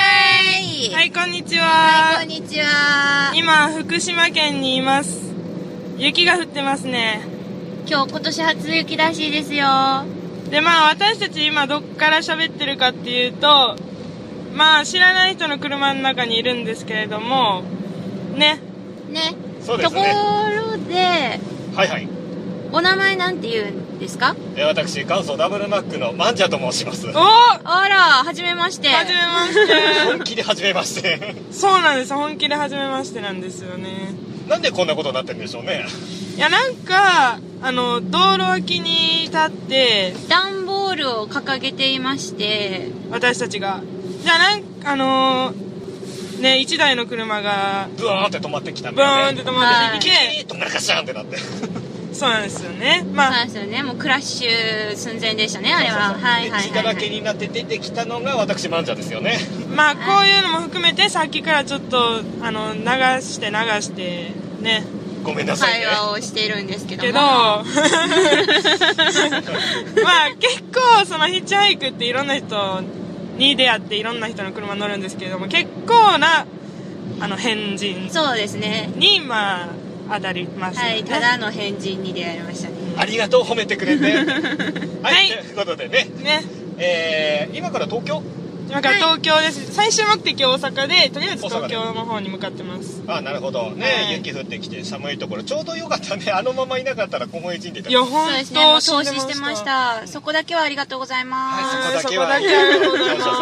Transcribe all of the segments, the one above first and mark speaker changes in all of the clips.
Speaker 1: し。
Speaker 2: はい、こんにち
Speaker 1: はい、
Speaker 2: は
Speaker 1: こん。にちは。
Speaker 2: 今、福島県にいます。雪が降ってますね。
Speaker 1: 今日今年初雪らしいですよ。
Speaker 2: で、まあ、私たち今、どっから喋ってるかっていうと、まあ、知らない人の車の中にいるんですけれども、ね、
Speaker 1: ね。
Speaker 3: そうですね
Speaker 1: ところで、
Speaker 3: はいはい、
Speaker 1: お名前なんて言うんですか
Speaker 3: えー私元祖ダブルマックのマンジャと申します
Speaker 2: おーは
Speaker 1: あら、はじめまして。
Speaker 2: じめまして。
Speaker 3: 本気で始めまして
Speaker 2: そうなんです。本気で初めましてなんですよね。
Speaker 3: なんでこんなことになってるんでしょうね
Speaker 2: いや、なんか、あの、道路脇に立って、
Speaker 1: 段ボールを掲げていまして、
Speaker 2: 私たちが。じゃあ、なんか、あのーね、一台の車が、
Speaker 3: ブワーンって止まってきたん
Speaker 2: ブーンって
Speaker 3: ね
Speaker 2: 止まってき
Speaker 3: ピ
Speaker 2: て、
Speaker 3: ーッとなんかシャンってなって
Speaker 2: そうなんですよね。
Speaker 1: そう
Speaker 2: ま
Speaker 1: な
Speaker 2: あ、
Speaker 1: んですよね。もうクラッシュ寸前でしたね、あれは。
Speaker 3: そうそうそう
Speaker 1: はい
Speaker 3: で
Speaker 1: はい
Speaker 3: 血
Speaker 1: は
Speaker 3: だ
Speaker 1: い、
Speaker 3: ら
Speaker 1: は
Speaker 3: け
Speaker 1: い。
Speaker 3: になって出てきたのが私マンジャですよね
Speaker 2: まあ、こういうのも含めて、さっきからちょっと、あの、流して流して、ね、
Speaker 3: ごめんなさい
Speaker 1: 会
Speaker 3: ね
Speaker 1: 話をしているんですけども。
Speaker 2: けど、まあ、 結構、そのヒッチハイクっていろんな人に出会って、いろんな人の車乗るんですけれども、結構な、あの、変人
Speaker 1: そうですね。
Speaker 2: に、まあ、当たりました
Speaker 1: は
Speaker 2: ね。
Speaker 1: い、ただの変人に出会いましたね。
Speaker 3: ありがとう褒めて くれてはい、
Speaker 2: はい
Speaker 3: ということでね、
Speaker 2: ね。
Speaker 3: えー、今から東京
Speaker 2: 今から東京です、最終目的は大阪でとりあえず東京の方に向かってます
Speaker 3: あなるほどね、
Speaker 2: はい
Speaker 3: 雪降ってきて寒いところちょうどよかったねあのままいなかったら凍え死んでた
Speaker 2: いや
Speaker 1: そ
Speaker 2: 本
Speaker 1: うですね、も
Speaker 2: 当
Speaker 1: う投資してました。そこだけはありがとうございます。
Speaker 3: はい、そこだけ
Speaker 2: そこだ
Speaker 3: は
Speaker 2: けありがとうございま
Speaker 3: 感謝
Speaker 2: す
Speaker 3: され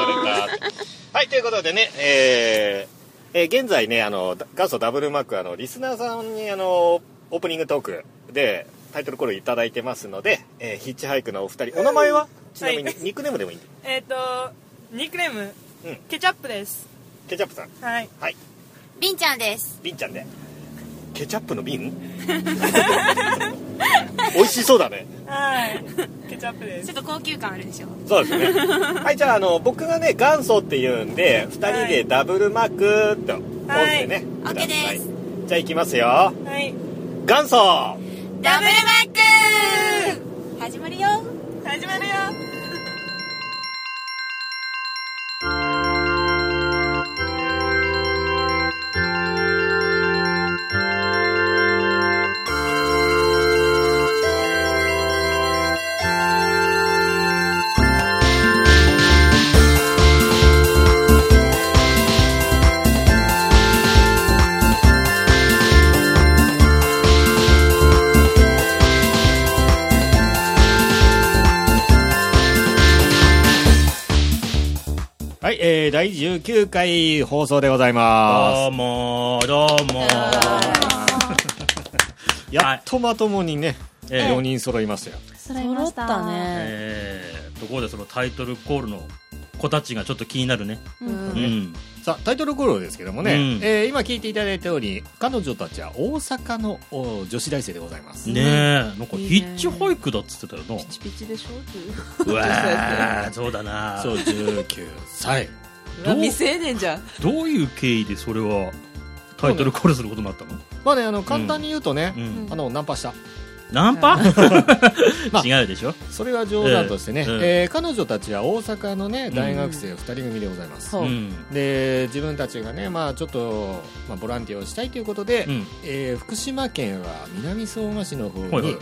Speaker 3: た。はい、ということでね、えーえー現在ね、あの、元祖ダブルマーク、あの、リスナーさんに、あの、オープニングトークで、タイトルコールいただいてますので、えーヒッチハイクのお二人、お名前はちなみに、
Speaker 2: はい
Speaker 3: ニックネームでもいいんで。
Speaker 2: えっ、とニックネーム、
Speaker 3: うん
Speaker 2: ケチャップです
Speaker 3: ケチャップさん。
Speaker 2: はい
Speaker 3: はい、
Speaker 1: りんちゃんです。
Speaker 3: ビンちゃんで。ケチャップの瓶美味しそうだね。
Speaker 2: はいケチャップです
Speaker 1: ょっと高級感あるでしょ。
Speaker 3: そうですね。はい、じゃあ、あの、僕がね、元祖って言うんで、二人
Speaker 2: は
Speaker 3: で
Speaker 2: い
Speaker 3: ダブルマークと、ポーズでね、
Speaker 1: はい
Speaker 3: くださ
Speaker 1: OK です
Speaker 3: じゃあ、行きますよ。
Speaker 2: はい
Speaker 3: 元祖
Speaker 1: ダブルマック始まるよ。
Speaker 2: 始まるよ
Speaker 3: はい、えー、第19回放送でございま
Speaker 4: どうもどうも
Speaker 3: す。やっとまともにね、
Speaker 4: ええ
Speaker 3: 4人揃いますよ。
Speaker 1: 揃
Speaker 5: 揃った。ね、
Speaker 4: えー、ところでそのタイトルコールの子たちがちょっと気になるね
Speaker 5: う
Speaker 4: うんん
Speaker 3: さあ、タイトルコールですけどもね、
Speaker 4: うん
Speaker 3: えー今聞いていただいたように、彼女たちは大阪のお女子大生でございます。
Speaker 4: ねえなんかヒ
Speaker 5: いいね
Speaker 4: ッチハイクだっつってたよな
Speaker 5: ピチピチでしょ
Speaker 4: うわーそうだな
Speaker 3: そう、19歳。
Speaker 4: どう
Speaker 5: 未成年じゃん
Speaker 4: どういう経緯でそれはタイトルコールすることになったの、
Speaker 3: まあね、あの、簡単に言うとね
Speaker 4: う、ん、
Speaker 3: あの、ナンパした。
Speaker 4: ナン パ、
Speaker 3: まあ
Speaker 4: 違うでしょ
Speaker 3: それは冗談としてね、え
Speaker 4: え
Speaker 3: ー
Speaker 4: え
Speaker 3: 彼女たちは大阪のね、大学生2人組でございます。
Speaker 5: そううん
Speaker 3: で、自分たちがね、まあちょっと、まあ、ボランティアをしたいということで、
Speaker 4: うん
Speaker 3: えー福島県は南相馬市の方に、
Speaker 4: はいはい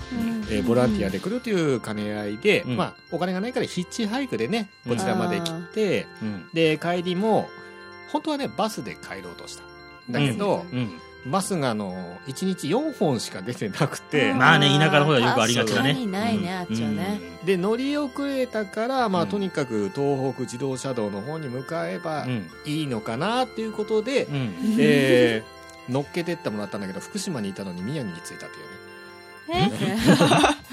Speaker 3: えーボランティアで来るという兼ね合いで、
Speaker 4: うん
Speaker 3: まあ、お金がないからヒッチハイクでねこちらまで来て、
Speaker 4: うん
Speaker 3: で帰りも本当はねバスで帰ろうとしただけど、
Speaker 4: うん
Speaker 3: バスがあの1日4本しか出てなくて、
Speaker 5: うん
Speaker 4: まあね田舎の方ではよくありがちだね
Speaker 5: 確かにないねあっちはね
Speaker 3: で乗り遅れたから、まあ、
Speaker 4: うん
Speaker 3: とにかく東北自動車道の方に向かえば
Speaker 4: うん
Speaker 3: いいのかなっていうことで、
Speaker 4: うん、うん
Speaker 3: えー乗っけてってもらったんだけど福島にいたのに宮城に着いたっていうね
Speaker 5: え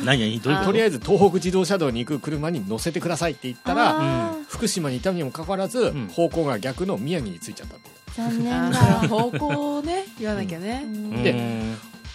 Speaker 4: 何何どういうこと
Speaker 3: とりあえず東北自動車道に行く車に乗せてくださいって言ったら
Speaker 5: あー
Speaker 3: 福島にいたにもかかわらず、
Speaker 4: ん
Speaker 3: 方向が逆の宮城に着いちゃったって
Speaker 1: 残念
Speaker 5: あ
Speaker 1: だ。
Speaker 5: ー方向をね言わなきゃね
Speaker 4: うん
Speaker 3: で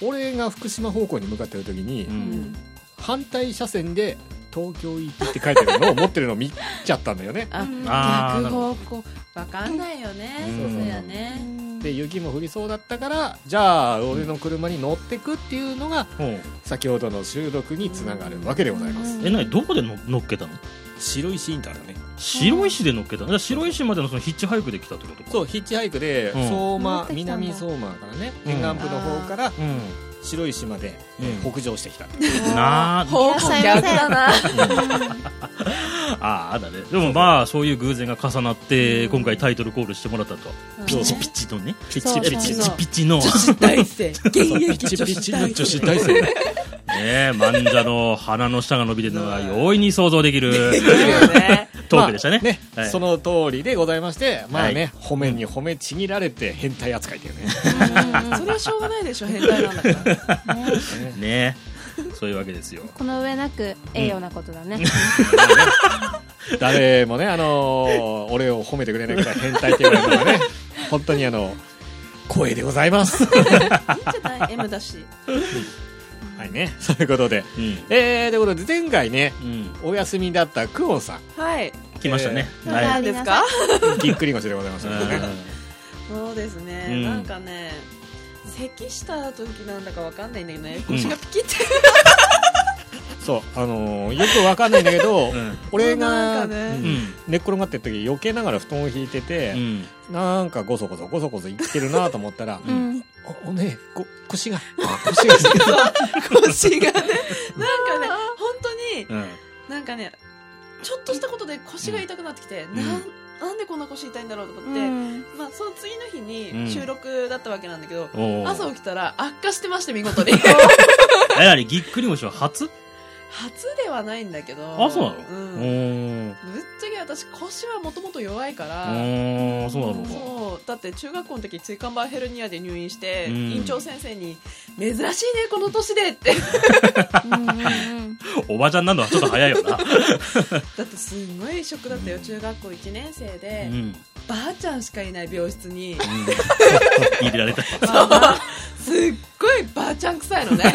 Speaker 3: 俺が福島方向に向かってる時に、
Speaker 4: うん
Speaker 3: 反対車線で東京行きって書いてるのを持ってるのを見ちゃったんだよね
Speaker 5: あ
Speaker 4: あー
Speaker 5: 逆方向わかんないよね
Speaker 4: うん
Speaker 5: そうやね
Speaker 3: で雪も降りそうだったからじゃあ俺の車に乗ってくっていうのが
Speaker 4: うん
Speaker 3: 先ほどの収録につながるわけでございます
Speaker 4: え何どこでの乗っけたの
Speaker 3: 白いシーンだね
Speaker 4: 白石で乗っけただから白石までのそのヒッチハイクで来たってことか
Speaker 3: そうヒッチハイクで
Speaker 4: うん
Speaker 3: 相馬、
Speaker 6: 戻ってきたんだ
Speaker 3: 南相馬からね
Speaker 4: うん
Speaker 3: 沿岸部の方から
Speaker 4: うん、
Speaker 3: 白石まで
Speaker 4: うん
Speaker 3: 北上してきた、
Speaker 4: なあ
Speaker 6: いらっしゃいませ
Speaker 5: だな。
Speaker 4: ああだねでもまあそういう偶然が重なって今回タイトルコールしてもらったとピチピチのねピ
Speaker 6: そう
Speaker 4: ピチピチのね
Speaker 5: 大生。現
Speaker 3: ピ
Speaker 5: 役
Speaker 3: チ
Speaker 5: 女
Speaker 3: ピ
Speaker 5: 子
Speaker 3: チの
Speaker 5: 大
Speaker 3: 女
Speaker 5: 生。
Speaker 3: 子大生
Speaker 4: え患者の鼻の下が伸びてるのは容易に想像できる
Speaker 5: ね。
Speaker 4: トークでしたね,、
Speaker 3: ね、
Speaker 4: はい
Speaker 3: その通りでございましてまあね、
Speaker 4: は
Speaker 3: 褒めに褒めちぎられて変態扱いだよね
Speaker 5: それはしょうがないでしょ、変態なんだから。
Speaker 6: ね
Speaker 4: ねそういうわけですよ
Speaker 6: この上なく栄養なことだね、
Speaker 3: 誰もねあのー俺を褒めてくれないからい変態って言われるのが ね本当にあの声でございます
Speaker 5: いいんじゃない ?M だし。
Speaker 3: はいねそういうことで
Speaker 4: うん、
Speaker 3: えー、ということで前回ね
Speaker 4: うん、
Speaker 3: お休みだったクオン さん
Speaker 5: はい。
Speaker 4: 来ましたね、
Speaker 6: えー
Speaker 4: はい
Speaker 6: は
Speaker 5: 何ですか
Speaker 3: ぎっくり腰でございますのでね
Speaker 5: そうですね、
Speaker 4: うん
Speaker 5: なんかね咳した時なんだかわかんないんだけどね腰がピキって、
Speaker 3: そうあのーよくわかんないんだけ ど、
Speaker 4: うん
Speaker 3: 俺
Speaker 5: な
Speaker 3: が
Speaker 5: んか
Speaker 4: う
Speaker 5: ね、
Speaker 4: ん
Speaker 3: 寝っ転がってる時余計ながら布団を引いて
Speaker 4: う
Speaker 3: て、
Speaker 4: ん
Speaker 3: なんかごそごそごそごそ言ってるなと思ったら、
Speaker 6: うん
Speaker 3: おおねこ腰が腰 が
Speaker 5: 腰 がねなんかね本当に
Speaker 4: うん
Speaker 5: なんかねちょっとしたことで腰が痛くなってきて、
Speaker 4: ん
Speaker 5: なんなんでこんな腰痛いんだろうと思って、
Speaker 6: うん
Speaker 5: まあ、その次の日
Speaker 4: うん
Speaker 5: に収録だったわけなんだけど、
Speaker 4: おー
Speaker 5: 朝起きたら悪化してまして見 事に
Speaker 4: あれあれぎっくり腰は初
Speaker 5: 初ではないんだけど
Speaker 4: あそうなの
Speaker 5: うん
Speaker 4: お
Speaker 5: ぶっ
Speaker 4: ー
Speaker 5: ちゃけ私腰はもともと弱いから、
Speaker 4: おーそうなのか
Speaker 5: そうだって中学校の時椎間板ヘルニアで入院して、
Speaker 4: うん
Speaker 5: 院長先生に珍しいねこの年でって
Speaker 6: うんうん
Speaker 4: おばちゃんなのはちょっと早いよ な、
Speaker 5: だってすんごいショックだったよ中学校1年生で、
Speaker 4: うん
Speaker 5: ばあちゃんしかいない病室に
Speaker 4: 入れられた
Speaker 5: すっごいばあちゃん臭いのね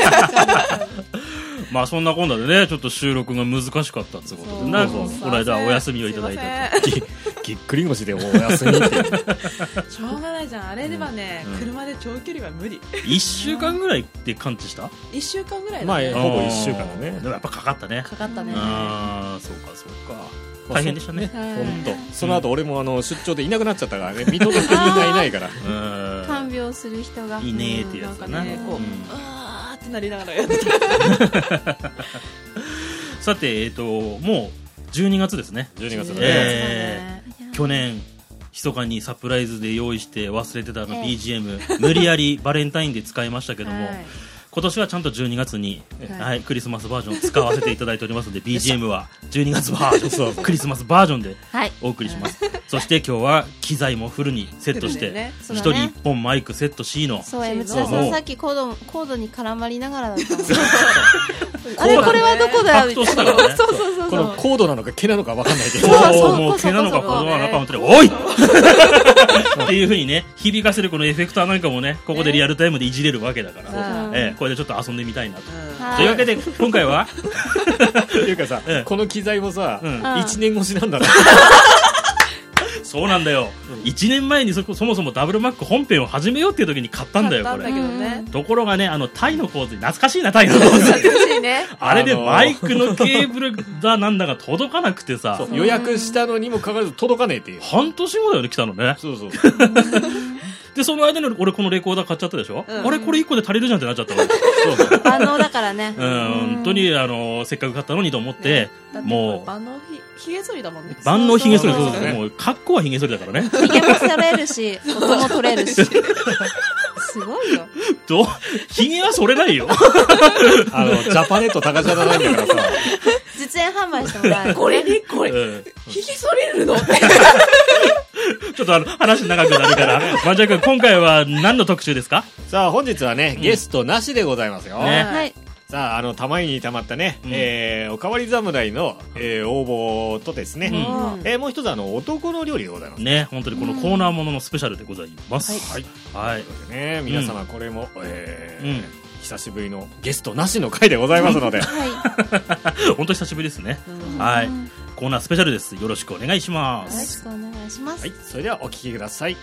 Speaker 4: まあそんなこんなでねちょっと収録が難しかったってことで なんか
Speaker 5: そう
Speaker 4: この間はお休みをいただいた
Speaker 5: すいま
Speaker 3: ぎっくり腰でお休みって
Speaker 5: せんしょうがないじゃんあれではね、
Speaker 4: うん
Speaker 5: 車で長距離は無理
Speaker 4: 1週間ぐらいで完治した
Speaker 5: 1週間ぐらい
Speaker 3: ま
Speaker 5: だ
Speaker 3: あ
Speaker 5: ね、
Speaker 3: ほぼ一週間だね
Speaker 4: でもやっぱかかったね
Speaker 5: かかったね
Speaker 4: ああそうかそうか大変でしたね
Speaker 6: はい
Speaker 3: 本当その後俺もあの出張でいなくなっちゃったからね認めてみんないないから
Speaker 4: う
Speaker 6: 看
Speaker 4: ん
Speaker 6: 病する人が
Speaker 4: いいねーってやつだな
Speaker 5: なんかねこう
Speaker 4: うん
Speaker 5: あーってなりながらやってた
Speaker 4: さてえっともう12月ですね
Speaker 3: 12月だね、
Speaker 4: え
Speaker 6: そうだね
Speaker 4: ー去年密かにサプライズで用意して忘れてたあの
Speaker 6: ええ
Speaker 4: BGM 無理やり バレンタインで使いましたけども
Speaker 5: はい
Speaker 4: 今年はちゃんと12月に、
Speaker 6: はい
Speaker 4: はい、クリスマスバージョンを使わせていただいておりますの で BGM は12月バージョンクリスマスバージョンで
Speaker 6: はい
Speaker 4: お送りします、 そして今日は機材もフルにセットし
Speaker 5: フル
Speaker 4: て、
Speaker 5: でね
Speaker 6: そ
Speaker 4: 一人
Speaker 6: うだね
Speaker 4: 一本マイクセット C の
Speaker 6: そう M 田
Speaker 4: そ
Speaker 6: さ
Speaker 4: うも
Speaker 6: ん
Speaker 4: う
Speaker 6: さっきコードコードに絡まりながらだったもんあれこれはどこだ
Speaker 4: 格
Speaker 6: みた
Speaker 4: 闘
Speaker 6: い
Speaker 4: し
Speaker 6: な
Speaker 4: たからね
Speaker 6: そうそうそ
Speaker 3: こ
Speaker 6: うそ
Speaker 3: の
Speaker 6: う
Speaker 3: 高度なのか毛なのか分かんないけど
Speaker 4: そう
Speaker 6: そうそう
Speaker 4: もう
Speaker 6: こそ
Speaker 4: 毛なのか
Speaker 6: こ
Speaker 4: 子
Speaker 6: そ
Speaker 4: 供なのか本当に「おい!」っていうふうにね響かせるこのエフェクターなんかもねここでリアルタイムでいじれるわけだから、
Speaker 5: あ
Speaker 4: ええこれでちょっと遊んでみたいなと。
Speaker 5: ーうん
Speaker 6: はい
Speaker 4: というわけで今回は、
Speaker 3: っていうかさ、
Speaker 4: うん
Speaker 3: この機材もさ、
Speaker 4: うん
Speaker 6: ん
Speaker 3: 一年越しなんだな
Speaker 4: そうなんだよ1年前にそこそもそもダブルマック本編を始めようっていう時に買ったんだよこ
Speaker 5: 買
Speaker 4: れ
Speaker 5: ったんだけどね
Speaker 4: ところがねあのタイの構図懐かしいなタイの構図
Speaker 5: 懐かしいね
Speaker 4: あれで
Speaker 3: あのー
Speaker 4: マイクのケーブルだなんだが届かなくてさ
Speaker 3: そう予約したのにもかかわらず届かねえっていう
Speaker 4: 半年後だよね来たのね
Speaker 3: そうそう
Speaker 4: でその間に俺このレコーダー買っちゃったでしょ、
Speaker 5: うん
Speaker 4: あれこれ1個で足りるじゃんってなっちゃったの
Speaker 6: 万能だか らね
Speaker 4: うん本当にあのせっかく買ったのにと思って、
Speaker 5: だって
Speaker 4: もう
Speaker 5: 万能ひひげ剃りだもんね
Speaker 4: 万能ひげ剃りそう
Speaker 3: そう
Speaker 4: で
Speaker 3: そう
Speaker 4: す
Speaker 3: そう
Speaker 4: ねもう格好はひげ剃りだからね
Speaker 6: ひげも取れるし音も取れるしすごいよ
Speaker 4: どうひげ は剃れないよ
Speaker 3: あのジャパネット高じゃないんだからさ
Speaker 6: 実演販売してもらえる
Speaker 5: これにこれ
Speaker 4: うん
Speaker 5: ひげ剃れるの
Speaker 4: ちょっとあの話長くなる からマジャ君今回は何の特集ですか
Speaker 3: さあ本日はね、ゲストなしでございますよ、
Speaker 4: ね
Speaker 6: はい
Speaker 3: さああのたまりにたまったね、
Speaker 4: うん
Speaker 3: えーおかわり侍の、えー応募とですね、
Speaker 6: うん
Speaker 3: えーもう一つあの男の料理でございます
Speaker 4: ね本当にこのコーナーもののスペシャルでございます
Speaker 3: はい、
Speaker 4: はい
Speaker 3: ね皆様これも、え
Speaker 4: う
Speaker 3: ー
Speaker 4: ん、
Speaker 3: 久しぶりのゲストなしの回でございますので
Speaker 6: は
Speaker 4: 本当久しぶりですね、
Speaker 5: うん
Speaker 4: はい
Speaker 6: うん
Speaker 4: コーナースペシャルですよろしくお願いしま
Speaker 6: いよろ
Speaker 4: す
Speaker 6: しくお願いします
Speaker 3: はいそれではお聞きください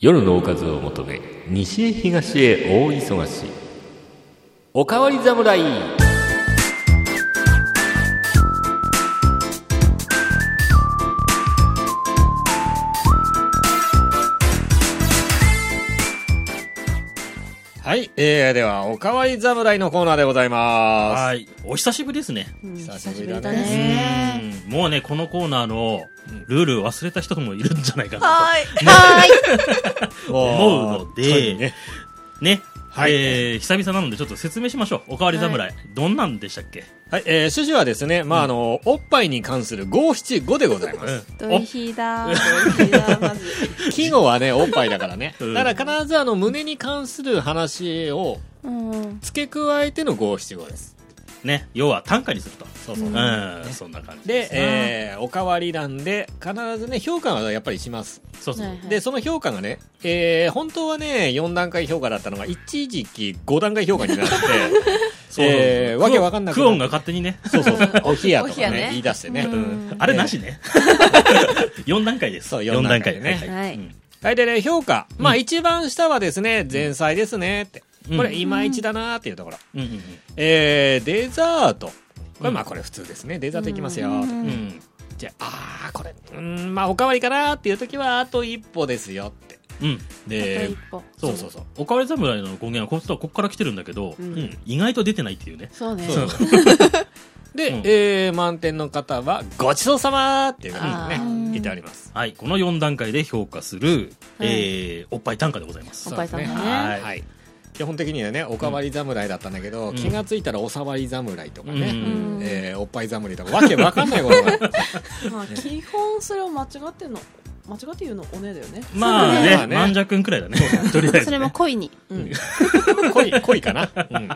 Speaker 7: 夜のおかずを求め西へ東へ大忙しおかわり侍
Speaker 3: はい、えー、では、おかわり侍のコーナーでございま
Speaker 4: はい。お久しぶりですね。
Speaker 6: うん
Speaker 3: 久
Speaker 6: 久
Speaker 3: し
Speaker 6: し
Speaker 3: ぶ
Speaker 6: ぶ
Speaker 3: り
Speaker 6: り
Speaker 3: だ
Speaker 6: だ
Speaker 3: ね
Speaker 6: ね。
Speaker 4: うんもうね、このコーナーのルール忘れた人もいるんじゃないかな
Speaker 6: はーい。はーい。
Speaker 3: す。
Speaker 4: 思うので
Speaker 3: 本当にね
Speaker 4: と。ね。
Speaker 3: はい
Speaker 4: えー久々なのでちょっと説明しましょう。おかわり侍。どんなんでしたっけ
Speaker 3: はい、えー、趣旨はですね、まあ、あの、おっぱいに関する五七五でございます。
Speaker 6: ドイヒーだー。
Speaker 5: ドイヒーだまず
Speaker 3: 季語はね、おっぱいだからね。
Speaker 4: うん
Speaker 3: だから必ずあの、胸に関する話を
Speaker 6: うん。
Speaker 3: 付け加えての五七五です。
Speaker 4: ね。要は短歌にすると。
Speaker 3: そうそう。
Speaker 4: うん。そんな感じ
Speaker 3: で、
Speaker 4: すね
Speaker 3: えー、おかわり欄で、必ずね、評価はやっぱりします。
Speaker 4: そうそう。
Speaker 6: はいはい
Speaker 3: で、その評価がね、えー、本当はね、4段階評価だったのが、一時期5段階評価にな って、
Speaker 4: そう
Speaker 3: えーわけわかんなくな
Speaker 4: クオンが勝手にね。
Speaker 3: そうそうそう、 お冷やと
Speaker 5: お
Speaker 3: か
Speaker 5: 冷や
Speaker 3: ね
Speaker 5: ね、
Speaker 3: 言い出してね。
Speaker 6: うん
Speaker 4: あれなしね。4段階です。
Speaker 3: そう
Speaker 4: 四段階
Speaker 3: 四段階ね
Speaker 4: はいはい
Speaker 6: はい。
Speaker 3: 大体ね、評価。まあ、一番下はですね、前菜ですね、って。
Speaker 4: うん
Speaker 3: これ、いまいちだなーっていうところ。
Speaker 4: うんうん
Speaker 3: えー、デザート。これ、
Speaker 4: うん
Speaker 3: まあ、これ普通ですね。デザートいきますよ。
Speaker 6: うん
Speaker 4: うんうん。
Speaker 3: じゃあ、あー、これ、うーん、まあ、おかわりかなーっていう時は、あと一歩ですよって。
Speaker 4: うん。
Speaker 6: あ
Speaker 3: で
Speaker 6: と一、歩。
Speaker 3: そうそうそう。
Speaker 4: おかわり侍の語源はここから来てるんだけど、
Speaker 5: うん
Speaker 4: 意外と出てないっていうね。
Speaker 6: そうね。
Speaker 4: そう
Speaker 3: で、
Speaker 4: うん
Speaker 3: えー、満点の方は、ごちそうさまーっていうことで
Speaker 6: あ
Speaker 3: ね、
Speaker 6: ー
Speaker 3: 言ってあります。
Speaker 4: はい、この4段階で評価する、
Speaker 6: はい
Speaker 4: えーおっぱい単価でございます。
Speaker 6: おっぱいさんだね
Speaker 3: そうですはいはい基本的にはね、おかわり侍だったんだけど、
Speaker 4: うん
Speaker 3: 気がついたらおさわり侍とか
Speaker 4: う
Speaker 3: ね、
Speaker 4: ん
Speaker 6: うん
Speaker 3: えー、おっぱい侍とか、わけわかんないことが
Speaker 5: まあ基本それを間違ってんの間違って言うのおねだよね
Speaker 4: まあ
Speaker 6: そう
Speaker 3: だね
Speaker 4: ね、まんじゃくんくらいだね。とりあえ
Speaker 6: そ
Speaker 4: ず
Speaker 6: れも
Speaker 4: ね。
Speaker 6: 恋に。
Speaker 3: 恋、恋かな。うん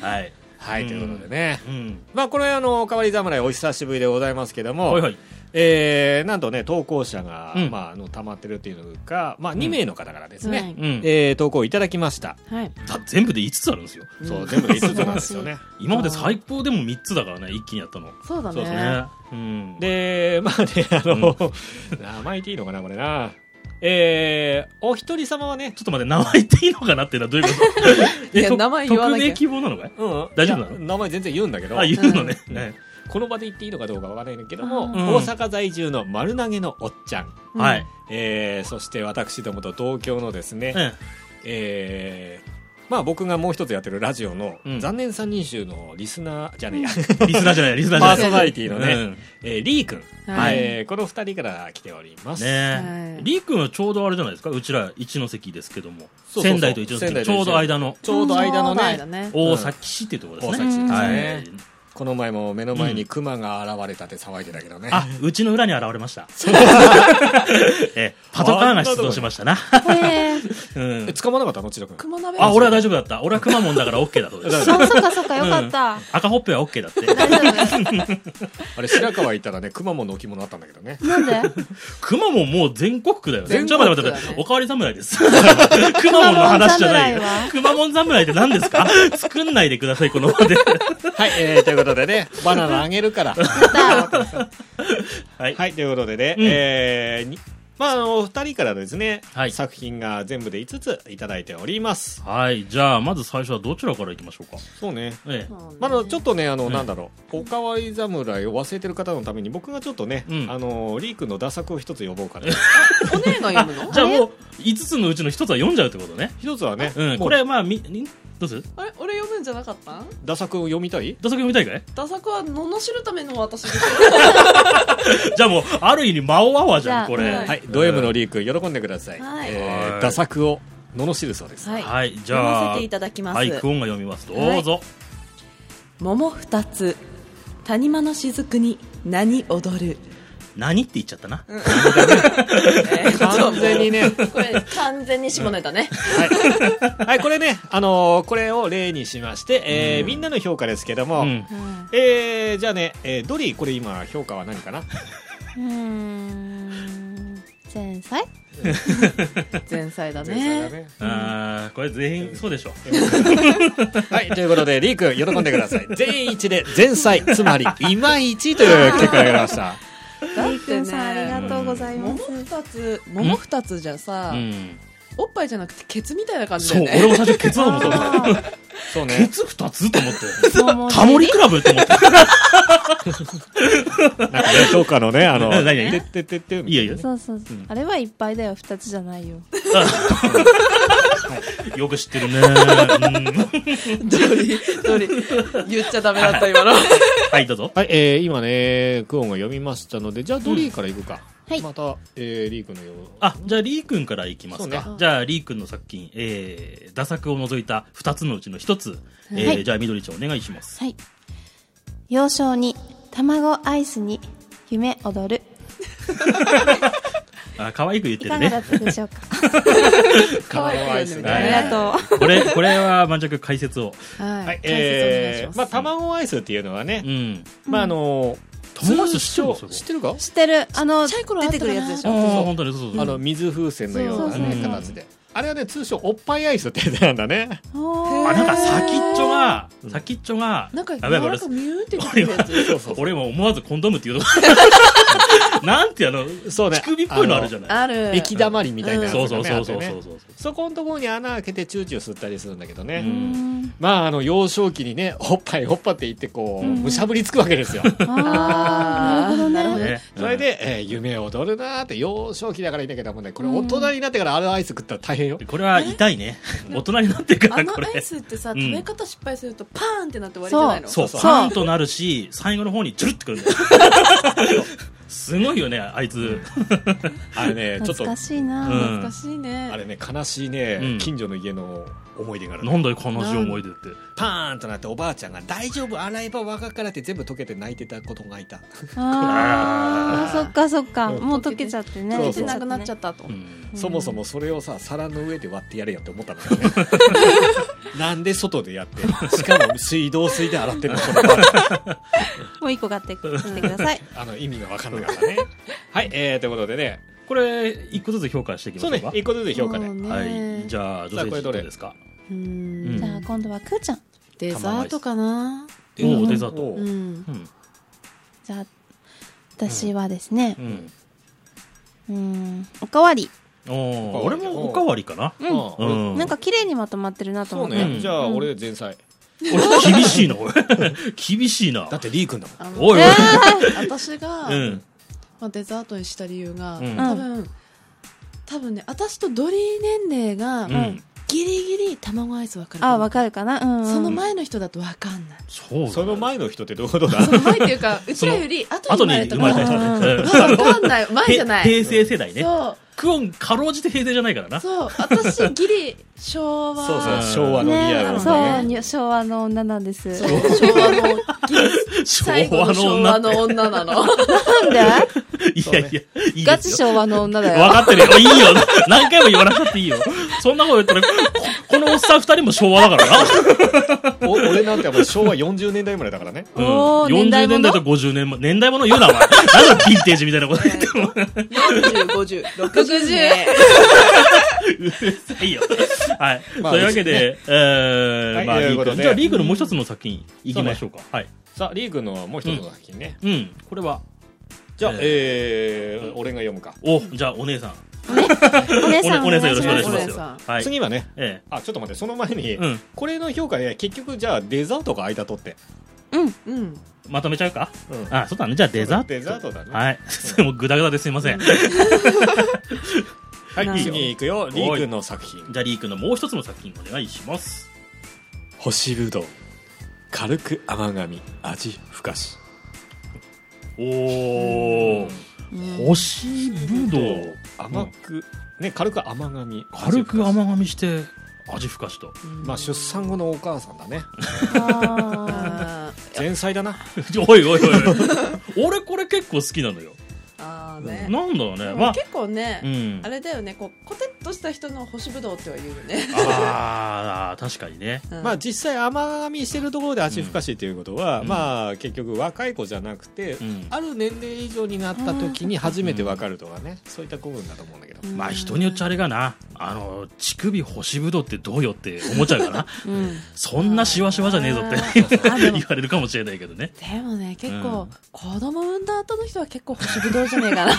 Speaker 4: はい。
Speaker 3: はい、ということでね。
Speaker 4: うん。
Speaker 3: まあ、これ、あの、おかわり侍、お久しぶりでございますけども、
Speaker 4: はいはい。
Speaker 3: えーなんとね、投稿者が、
Speaker 4: うん
Speaker 3: まあ、あの、溜まってるっていうか、まあ、2名の方からですね、
Speaker 4: うん。
Speaker 3: えー投稿いただきました。
Speaker 5: はい
Speaker 4: だ全部で5つあるんですよ。
Speaker 3: そう、全部で5つなんですよね。
Speaker 4: 今まで最高でも3つだからね、一気にやったの。
Speaker 5: そうだ
Speaker 4: そうですね。うん。
Speaker 3: で、まあね、あの、名前言っていいのかな、これな。えーお一人様はね、
Speaker 4: ちょっと待って、名前言っていいのかなっていうのはどういうこと
Speaker 5: い や
Speaker 4: と
Speaker 5: 名前言わなきゃ
Speaker 4: 匿名希望なのかい
Speaker 3: うん、
Speaker 4: 大丈夫なの
Speaker 3: いや名前全然言うんだけど、
Speaker 4: あ、言うのね。
Speaker 3: うん
Speaker 4: ね
Speaker 3: この場で言っていいのかどうかわからないけども、
Speaker 6: うん
Speaker 3: 大阪在住の丸投げのおっちゃん。
Speaker 5: うん
Speaker 4: はい。
Speaker 3: えーそして私どもと同郷のですね、
Speaker 4: うん
Speaker 3: えーまあ僕がもう一つやってるラジオの、
Speaker 4: うん
Speaker 3: 残念三人衆のリスナーじゃねえや、
Speaker 4: リスナーじゃない、リス ナ
Speaker 3: パ
Speaker 4: ー
Speaker 3: ー
Speaker 4: じゃ
Speaker 3: ソ
Speaker 4: ない。
Speaker 3: ナリティのね、
Speaker 4: うん
Speaker 3: えーリー君、
Speaker 5: はい
Speaker 3: えーこの二人から来ております。
Speaker 4: ね
Speaker 5: は
Speaker 4: え、
Speaker 5: い
Speaker 4: りーくんはちょうどあれじゃないですか、うちら一ノ関ですけども、
Speaker 3: そうそうそう
Speaker 4: 仙台と一ノ
Speaker 3: 仙
Speaker 4: 関、
Speaker 3: 台
Speaker 4: ち
Speaker 3: と一
Speaker 4: ょ
Speaker 3: ノ
Speaker 4: う
Speaker 3: 関
Speaker 4: ど間の
Speaker 3: ちょうど間のね、
Speaker 5: 間だね
Speaker 4: 大崎市っていうところですね。
Speaker 3: 大崎市です
Speaker 4: は
Speaker 3: ね
Speaker 4: い、
Speaker 3: この前も目の前にクマが現れたって騒いでたけどね。
Speaker 4: あ、うちの裏に現れました。 ええパトカーが出動しましたな。
Speaker 6: へー
Speaker 4: うん
Speaker 3: え捕まらなかったの千田君。
Speaker 5: 熊鍋
Speaker 4: あ、俺は大丈夫だった。俺はくまモンだから OK だそうです。
Speaker 6: そうそっかそっかよかった。
Speaker 4: 赤ほっぺは OK だって。
Speaker 6: 大丈
Speaker 3: あれ、白川行ったらね、 クマモンの置物あったんだけどね。
Speaker 6: 夫。なんで
Speaker 4: くまモンもう全国区だよね。
Speaker 5: 全
Speaker 4: ちょ
Speaker 5: 国
Speaker 4: っと
Speaker 5: 区
Speaker 4: 待って待って待
Speaker 5: だね
Speaker 4: って。おかわり侍です。 くまモンの話じゃないよ
Speaker 6: くまモン侍
Speaker 4: くまモン侍
Speaker 6: は。
Speaker 4: って何ですか作んないでください、この場で。
Speaker 3: はい、えーということでね、バナナあげる から。
Speaker 4: はい。
Speaker 3: はい、ということでね、
Speaker 4: うん
Speaker 3: えーにまあ、あの、お二人からですね、
Speaker 4: はい
Speaker 3: 作品が全部で5ついただいております。
Speaker 4: はい。じゃあ、まず最初はどちらからいきましょうか。
Speaker 3: そうね。
Speaker 4: ええ。
Speaker 3: まだちょっとね、あの、
Speaker 4: うん
Speaker 3: なんだろう、おかわり侍を忘れてる方のために、僕がちょっとね、
Speaker 4: うん
Speaker 3: あの、リークの打作を一つ呼ぼうか な。
Speaker 5: おねが読むの
Speaker 4: じゃあもう、5つのうちの1つは読んじゃうってことね。
Speaker 3: 一つはね、
Speaker 4: う
Speaker 3: も
Speaker 4: ん、これ、まあ、み、んどうする
Speaker 5: あれ俺読むんじゃなかったん
Speaker 3: 打作を読みたい
Speaker 4: 打作読みたいかい
Speaker 5: ダサくは罵るための私です
Speaker 4: じゃあもう、ある意味、魔王アワーじゃん、
Speaker 6: じゃ
Speaker 4: こ
Speaker 6: あ
Speaker 4: れ。
Speaker 6: はい
Speaker 3: はい、ド M のリーク、喜んでください。
Speaker 5: はい
Speaker 3: え
Speaker 4: は
Speaker 3: ー、
Speaker 4: い
Speaker 3: 打作を罵るそうです。
Speaker 5: は
Speaker 4: はい、じ
Speaker 5: 読
Speaker 4: ゃ
Speaker 5: ま
Speaker 4: あ。
Speaker 5: せていただきます、
Speaker 4: はい、クオンが読みます。どうぞ。
Speaker 5: 桃二つ谷間の雫に何踊る
Speaker 4: 何って言っちゃったな。
Speaker 3: 完全にね、
Speaker 5: これ完全に下ネタね、
Speaker 3: はい、はい、これね、あのーこれを例にしまして、えー
Speaker 4: うん
Speaker 3: みんなの評価ですけども、
Speaker 4: うん。
Speaker 3: えー、じゃあね、えードリー、これ今、評価は何かな
Speaker 6: うーん。前菜
Speaker 5: 前菜だね
Speaker 3: 前菜だね
Speaker 4: あーこれ全員そうでしょ。
Speaker 3: はい、ということで、リーク、喜んでください。 全一で、前菜、つまり、いまいちという結果が出ました。
Speaker 5: だっ
Speaker 6: りく
Speaker 5: て
Speaker 6: んさんあり
Speaker 5: ね
Speaker 6: がとうございま
Speaker 5: 桃
Speaker 6: す。
Speaker 5: 二つ桃二つじゃさ、
Speaker 4: うん。
Speaker 5: おっぱいじゃなくてケツみたいな感じだ
Speaker 4: そう、
Speaker 5: よね
Speaker 4: 俺も最初ケツだと思ったの。
Speaker 3: そう
Speaker 4: ケ
Speaker 3: ね。
Speaker 4: ツ二つと思って。
Speaker 6: そう思う
Speaker 4: タモリクラブと思って。
Speaker 3: なんかね、どっかのね、あの、
Speaker 4: 何々
Speaker 3: てってってって。
Speaker 4: いいよいいよ。
Speaker 6: そうそうそう、あれはいっぱいだよ二つじゃないよ
Speaker 4: よく知ってるね。うん
Speaker 5: どりどり言っちゃダメだった今の
Speaker 4: はい、どうぞ。
Speaker 3: はい、えー、今ね、クオンが読みましたので、じゃあドリーからいくか。
Speaker 6: はい
Speaker 3: また、えー、リー君のよう。
Speaker 4: あ、じゃあ、リー君からいきます
Speaker 3: そ
Speaker 4: か。じゃあ、リー君の作品、えー、打作を除いた二つのうちの一つ、えー
Speaker 6: はい
Speaker 4: じゃあ、みどりちゃんお願いします。
Speaker 6: はい幼少に卵アイスに夢踊る
Speaker 4: あ、可愛く言って
Speaker 6: い
Speaker 4: る
Speaker 6: かがだ
Speaker 4: ね
Speaker 6: っ。たでしょうか
Speaker 3: 可愛いです
Speaker 5: 可愛い
Speaker 6: あ
Speaker 3: ね。
Speaker 5: ね
Speaker 6: りがとう
Speaker 4: これ、これは、満着解説を。
Speaker 5: はい、
Speaker 3: はい、
Speaker 5: 解説
Speaker 3: え
Speaker 5: お願い
Speaker 3: ー、ま
Speaker 5: しま
Speaker 3: あ、
Speaker 5: す、
Speaker 3: 卵アイスっていうのはね
Speaker 4: う、ん。
Speaker 3: まあ、あの、
Speaker 4: 卵アイス
Speaker 3: 通称
Speaker 4: 知ってるの
Speaker 3: 知ってるか
Speaker 6: 知ってるあの
Speaker 5: ちっちゃい頃あった
Speaker 6: 出
Speaker 5: か
Speaker 6: て
Speaker 5: な
Speaker 6: くるやつでし
Speaker 4: ああ
Speaker 6: ょ、
Speaker 4: ー、本当に、そうそう
Speaker 3: あの、水風船のような
Speaker 6: そう
Speaker 4: そうそ
Speaker 3: ね、
Speaker 4: う
Speaker 3: 形で。あれはね、通称、おっぱいアイスってやつなんだね。
Speaker 6: おー
Speaker 4: あ、なんか先っちょが
Speaker 3: う、ん
Speaker 4: 先っちょが、
Speaker 5: なんか
Speaker 4: やばい
Speaker 5: 柔
Speaker 4: 俺
Speaker 5: らかミューンって出てくるやつ
Speaker 3: そうそう
Speaker 4: 俺も思わずコンドームって言うとなんてあの、
Speaker 3: そうね
Speaker 4: 乳首っぽいの あるじゃない
Speaker 5: ある
Speaker 3: 液だまりみたいなやつ
Speaker 4: そう
Speaker 3: が
Speaker 4: そう
Speaker 3: ね
Speaker 4: そ
Speaker 3: あ
Speaker 4: う
Speaker 3: って
Speaker 4: そう
Speaker 3: ね
Speaker 4: そうそう。
Speaker 3: そこのところに穴開けてチューチュー吸ったりするんだけどね、
Speaker 4: う
Speaker 6: うんん
Speaker 3: まああの幼少期にねおっぱいおっぱって言ってこう、
Speaker 6: うん
Speaker 3: むしゃぶりつくわけですよ
Speaker 6: あ
Speaker 5: あ
Speaker 6: ー
Speaker 5: ー
Speaker 6: な
Speaker 5: なる
Speaker 6: るほ
Speaker 5: ほど
Speaker 6: どね
Speaker 5: ね
Speaker 4: ね
Speaker 3: それで、えー夢を踊るなーって幼少期だからいいんだけどもねこれ大人になってからあれアイス食ったら大変よ、
Speaker 4: これは痛いね。大人になってか
Speaker 5: あ
Speaker 4: ら
Speaker 5: の
Speaker 4: こ
Speaker 5: アイ
Speaker 4: れ。
Speaker 5: スってさ、
Speaker 4: うん
Speaker 5: 食べ方失敗するとパーンってなって終わりじゃないの
Speaker 4: そう、
Speaker 3: そう
Speaker 4: パーンとなるし、最後の方にチュルってくるんだよ。すごいよね、あいつ。
Speaker 3: あれ ねちょっと
Speaker 6: 懐かしいな、
Speaker 4: うん
Speaker 5: 懐かしいね
Speaker 3: あれね悲しいね、
Speaker 4: うん
Speaker 3: 近所の家の思い出があるの
Speaker 4: なんだよ、悲しい思い出って。
Speaker 3: パーンとなっておばあちゃんが「大丈夫洗えば若から」って全部溶けて泣いてたことがいた
Speaker 6: あ
Speaker 4: あ
Speaker 6: ーそっかそっか、
Speaker 3: うん
Speaker 6: もう溶けちゃってね
Speaker 3: そう
Speaker 5: 出
Speaker 3: そう
Speaker 5: てなくなっちゃったと、
Speaker 4: うん
Speaker 3: そもそもそれをさ皿の上で割ってやれよって思ったんだよねなんで外でやってしかも水道水で洗ってるのこの バカ
Speaker 6: もう一個買ってきてください
Speaker 3: あの意味が分かんなかったねはいえー、ということでね
Speaker 4: これ、一個ずつ評価していき
Speaker 3: そ
Speaker 4: まし
Speaker 3: う
Speaker 4: ょう
Speaker 3: ね
Speaker 4: か。
Speaker 3: 一個ずつ評価で、
Speaker 6: そうね
Speaker 4: はい。じゃあ、女
Speaker 3: さあこれ
Speaker 4: 性
Speaker 3: ど
Speaker 4: ど
Speaker 3: れ
Speaker 4: れですか
Speaker 5: う
Speaker 4: うん
Speaker 5: ん
Speaker 6: じゃあ今度はくーちゃん
Speaker 5: デザートかな
Speaker 4: おーデザート
Speaker 3: お。
Speaker 5: う
Speaker 3: ー
Speaker 5: ん
Speaker 4: うん。
Speaker 6: じゃあ私はですね
Speaker 4: うん。
Speaker 6: うんおかわり
Speaker 4: おー俺もおかわりかな。
Speaker 3: うん
Speaker 4: う
Speaker 3: 俺
Speaker 4: ん。
Speaker 6: なんか綺麗にまとまってるなと
Speaker 3: そ
Speaker 6: 思
Speaker 3: う
Speaker 6: っ
Speaker 3: ね、
Speaker 6: て、
Speaker 4: うん
Speaker 3: じゃあ俺前菜
Speaker 4: 俺厳しいな、俺。 厳しいな
Speaker 3: だ。ってリー君だもん
Speaker 5: あの
Speaker 4: おいおい。
Speaker 5: 私が、
Speaker 4: うん。
Speaker 5: まあ、デザートにした理由が、
Speaker 4: うん
Speaker 5: 多分多分ね私とドリー年齢が、
Speaker 4: うん。
Speaker 5: ギリギリ卵アイス分かる
Speaker 6: あわかるかなうんうん
Speaker 5: その前の人だと分かんない、
Speaker 4: そうだね
Speaker 3: その前の人ってどういうことだ
Speaker 5: その前っていうかうちらより後に
Speaker 4: 後
Speaker 5: 生
Speaker 4: に
Speaker 5: まれ
Speaker 4: 生
Speaker 5: た
Speaker 4: まれた
Speaker 5: か
Speaker 4: 人
Speaker 5: ら
Speaker 4: ねうん
Speaker 5: 分かんない前じゃな
Speaker 4: へ
Speaker 5: い
Speaker 4: 平成世代ね。
Speaker 5: そう
Speaker 4: クオン、かろうじて平成じゃないからな。
Speaker 5: そう私ギリ昭 和
Speaker 3: そうそう
Speaker 4: あー
Speaker 3: 昭和のリアル
Speaker 6: ね
Speaker 3: な
Speaker 6: そう
Speaker 3: ね
Speaker 6: に昭和の女なんです
Speaker 5: そう昭和のギリ
Speaker 4: 昭
Speaker 5: 最後
Speaker 4: 和
Speaker 5: の
Speaker 4: の
Speaker 5: 昭
Speaker 4: 女
Speaker 5: 和
Speaker 4: って
Speaker 5: の。女なの
Speaker 6: なんで
Speaker 4: いやいや、いい
Speaker 6: ガ
Speaker 4: で
Speaker 6: チ
Speaker 4: すよ。
Speaker 6: 昭和の女だ
Speaker 4: わ
Speaker 6: よ
Speaker 4: かってるよ。いいよ。何回も言わなくたっていいよ。そんなこと言ったら、ここのおっさん二人も昭和だからな。
Speaker 3: お俺なんてもう昭和40年代生まれだからね
Speaker 4: うん
Speaker 6: おー年代
Speaker 4: 40
Speaker 6: 物
Speaker 4: 年代と50年も、年代物言 うな、お前。なんだヴィンテージみたいなこと言っても。
Speaker 5: 405060ね
Speaker 4: うるさいよ。はい。
Speaker 3: まあ
Speaker 4: というわけで、え
Speaker 3: は
Speaker 4: ー、
Speaker 3: い
Speaker 4: まあ、
Speaker 3: とい
Speaker 4: リ
Speaker 3: うこ
Speaker 4: ー
Speaker 3: と
Speaker 4: ク
Speaker 3: で
Speaker 4: じゃあ、リーグのもう一つの作品、行きましょうか。はい。
Speaker 3: さあリー君のもう一つの作品ね、
Speaker 4: うん。これは、
Speaker 3: じゃあ
Speaker 4: えー
Speaker 3: えー俺が読むか、
Speaker 4: お、じゃあ、お姉さん。
Speaker 6: お姉さん
Speaker 4: お姉さんよろしくお願いし
Speaker 6: お願いし
Speaker 4: ま
Speaker 5: ます
Speaker 4: よ。はい。
Speaker 3: 次はね
Speaker 4: え
Speaker 3: あちょっと待ってその前に、
Speaker 4: え。うん。
Speaker 3: これの評価で結局じゃあデザートが間取って、
Speaker 5: うん
Speaker 4: まとめちゃうか
Speaker 3: うん
Speaker 4: あ、そうだね。じゃあ、デザート。
Speaker 3: デザートだね
Speaker 4: はい。 もうグダグダですいません。じ
Speaker 3: はい、
Speaker 5: なるほど
Speaker 3: 次行くよリー君の作品
Speaker 4: ゃあ、リー君のもう一つの作品お願いします。
Speaker 3: 干しぶどう軽く甘がみ味ふかし
Speaker 4: おー。干しぶどう。
Speaker 3: 甘く、ね軽く甘がみ
Speaker 4: 軽く
Speaker 3: 味
Speaker 4: 甘噛みして、味ふかしと。
Speaker 3: ふ かしまあ出産後のお母さんだね
Speaker 5: あ
Speaker 6: あ
Speaker 5: ー
Speaker 3: 前菜だな
Speaker 4: おいおいおい。 俺これ結構好きなのよ。
Speaker 5: あー
Speaker 4: な
Speaker 5: ね
Speaker 4: んだろうね。
Speaker 5: で
Speaker 4: ま
Speaker 5: も
Speaker 4: あ、
Speaker 5: 結構ね、
Speaker 4: うん
Speaker 5: あ。れだよねこうコテッとした人の干しぶどうっては言うよね、
Speaker 4: ああ、確かにね。
Speaker 5: うん
Speaker 3: まあ実際甘噛みしてるところで味ふかしっていうことは、
Speaker 4: うん
Speaker 3: まあ結局若い子じゃなくて、
Speaker 4: うん。
Speaker 3: ある年齢以上になった時に初めてわかるとかね、そういった部分だと思うんだけど、
Speaker 4: まあ人によっちゃあれがな、あの、乳首干しぶどうってどうよって思っちゃう かな。そんなしわしわじゃねえぞって
Speaker 5: あでも
Speaker 4: 言われるかもしれないけどね。
Speaker 5: でもね結
Speaker 4: う
Speaker 5: 構
Speaker 4: ん
Speaker 5: 子供産んだ後の人は結構干しぶどうじゃねえかな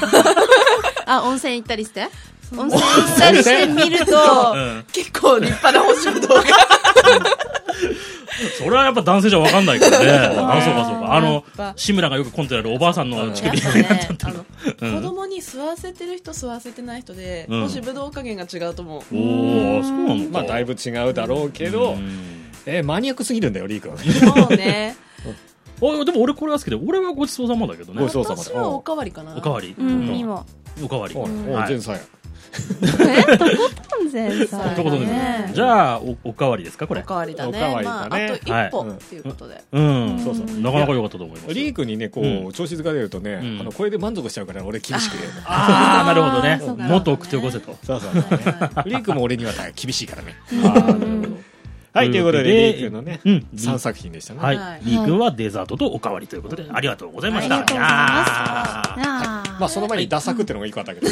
Speaker 6: あ、温泉行ったりして温泉行ったりしてみると、
Speaker 4: うん。
Speaker 5: 結構立派な星ぶどうが。
Speaker 4: それはやっぱ男性じゃわかんないから ね。あ、そうかそうか。あ
Speaker 5: やっ
Speaker 4: の
Speaker 5: ぱ、
Speaker 4: 志村がよくコントやるおばあさんの乳
Speaker 5: やっ
Speaker 4: 首
Speaker 5: ぱ
Speaker 4: になっ
Speaker 5: ね
Speaker 4: ちゃっ、た
Speaker 5: あ
Speaker 4: の
Speaker 5: の。、
Speaker 4: うん
Speaker 5: 子供に吸わせてる人吸わせてない人で、
Speaker 4: うん
Speaker 5: 星ぶどう加減が違うと思
Speaker 4: お
Speaker 5: う。
Speaker 4: ー、そうなのか。
Speaker 3: まあだいぶ違うだろうけど、
Speaker 4: うん
Speaker 3: えーマニアックすぎるんだよリー君
Speaker 5: そうね。
Speaker 4: あでも俺これは好きで、俺はごちそうさまだけどね
Speaker 3: ごち。そうさま
Speaker 5: 私はおかわりかな。
Speaker 4: おかわり。う
Speaker 6: う、
Speaker 4: んん
Speaker 6: にも。
Speaker 4: おかわり。
Speaker 3: おいお
Speaker 4: はい
Speaker 3: い前菜
Speaker 6: え、とことん前
Speaker 5: そうだ
Speaker 6: 菜
Speaker 5: ね
Speaker 4: ということで
Speaker 6: ね。
Speaker 4: じゃあ、おおかわりですか、これ
Speaker 5: お。かわりだね。
Speaker 3: おかわり
Speaker 5: ま
Speaker 3: だね
Speaker 5: あ、あと一歩っていうことで。
Speaker 4: うん。
Speaker 3: そうそう
Speaker 4: なかなか良かったと思います。
Speaker 3: リー君にねこう、
Speaker 4: う
Speaker 3: 調子づかれるとね、
Speaker 4: うん
Speaker 3: あのこれで満足しちゃうから俺厳しく言うの
Speaker 4: ああ、なるほどね
Speaker 6: そう。か
Speaker 4: もっと送ってよこせと。
Speaker 3: そうそうそうリー君も俺には厳しいからね
Speaker 4: あーなるほど
Speaker 3: はいということで
Speaker 4: ということで
Speaker 3: リー君のね、
Speaker 4: うん
Speaker 3: 3作品でしたね、
Speaker 4: はい、
Speaker 5: はい
Speaker 4: リー君はデザートとおかわりということで、ありがとうございました。
Speaker 6: ありがとうござい
Speaker 4: ます。
Speaker 6: あー
Speaker 3: まあその前にダサくってのが一個あったけど、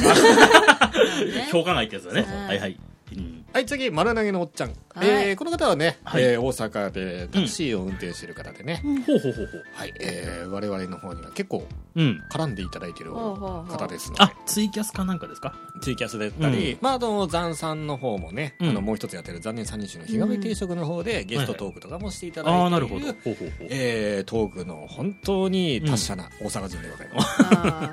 Speaker 4: 評価外ってやつだね。
Speaker 5: そうそう
Speaker 4: はいはい。うん
Speaker 3: はい、次、丸投げのおっちゃん。
Speaker 5: はい
Speaker 3: えーこの方はね、
Speaker 4: はい
Speaker 3: えー大阪でタクシーを運転してる方でね、
Speaker 4: ほうほうほうほう。
Speaker 3: はい、えー我々の方には結構
Speaker 4: うん。
Speaker 3: 絡んでいただいてる
Speaker 5: ほうほうほう
Speaker 3: 方ですので
Speaker 4: あ、、ツイキャスかなんかですか
Speaker 3: ツイキャスだったり、まあ、あの、残さんの方もね、
Speaker 4: うん
Speaker 3: あの、もう一つやってる残念三人衆の日がめ定食の方でゲストトークとかもしていただいている、
Speaker 4: ああ、なるほど。ほうほうほう。
Speaker 3: えートークの本当に達者な大阪人でございます。
Speaker 5: あ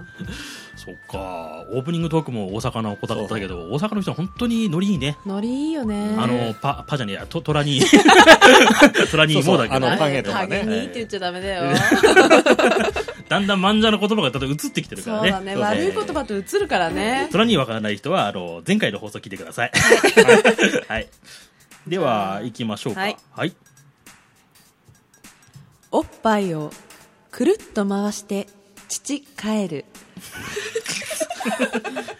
Speaker 4: そっか。オープニングトークも大阪の子だったけど、大阪の人は本当にノリいいね。
Speaker 5: ーノリいいよね。
Speaker 4: あの、パ、パじゃねえや、トトラに。トラにもうだけ
Speaker 3: そうそうあ
Speaker 4: ど
Speaker 3: の、パ
Speaker 5: ハ
Speaker 3: ゲ
Speaker 5: ゲ
Speaker 3: とかね
Speaker 5: にって言っちゃダメだよ。
Speaker 4: だんだん漫才の言葉がだんだん移ってきてるから
Speaker 5: そう
Speaker 4: ね。
Speaker 5: だね。悪い言葉と映るからね。
Speaker 4: それにわからない人は、あの、前回の放送聞いてください。はい。では、行きましょうか。
Speaker 5: はい
Speaker 4: はい。
Speaker 5: おっぱいをくるっと回して、父帰 る。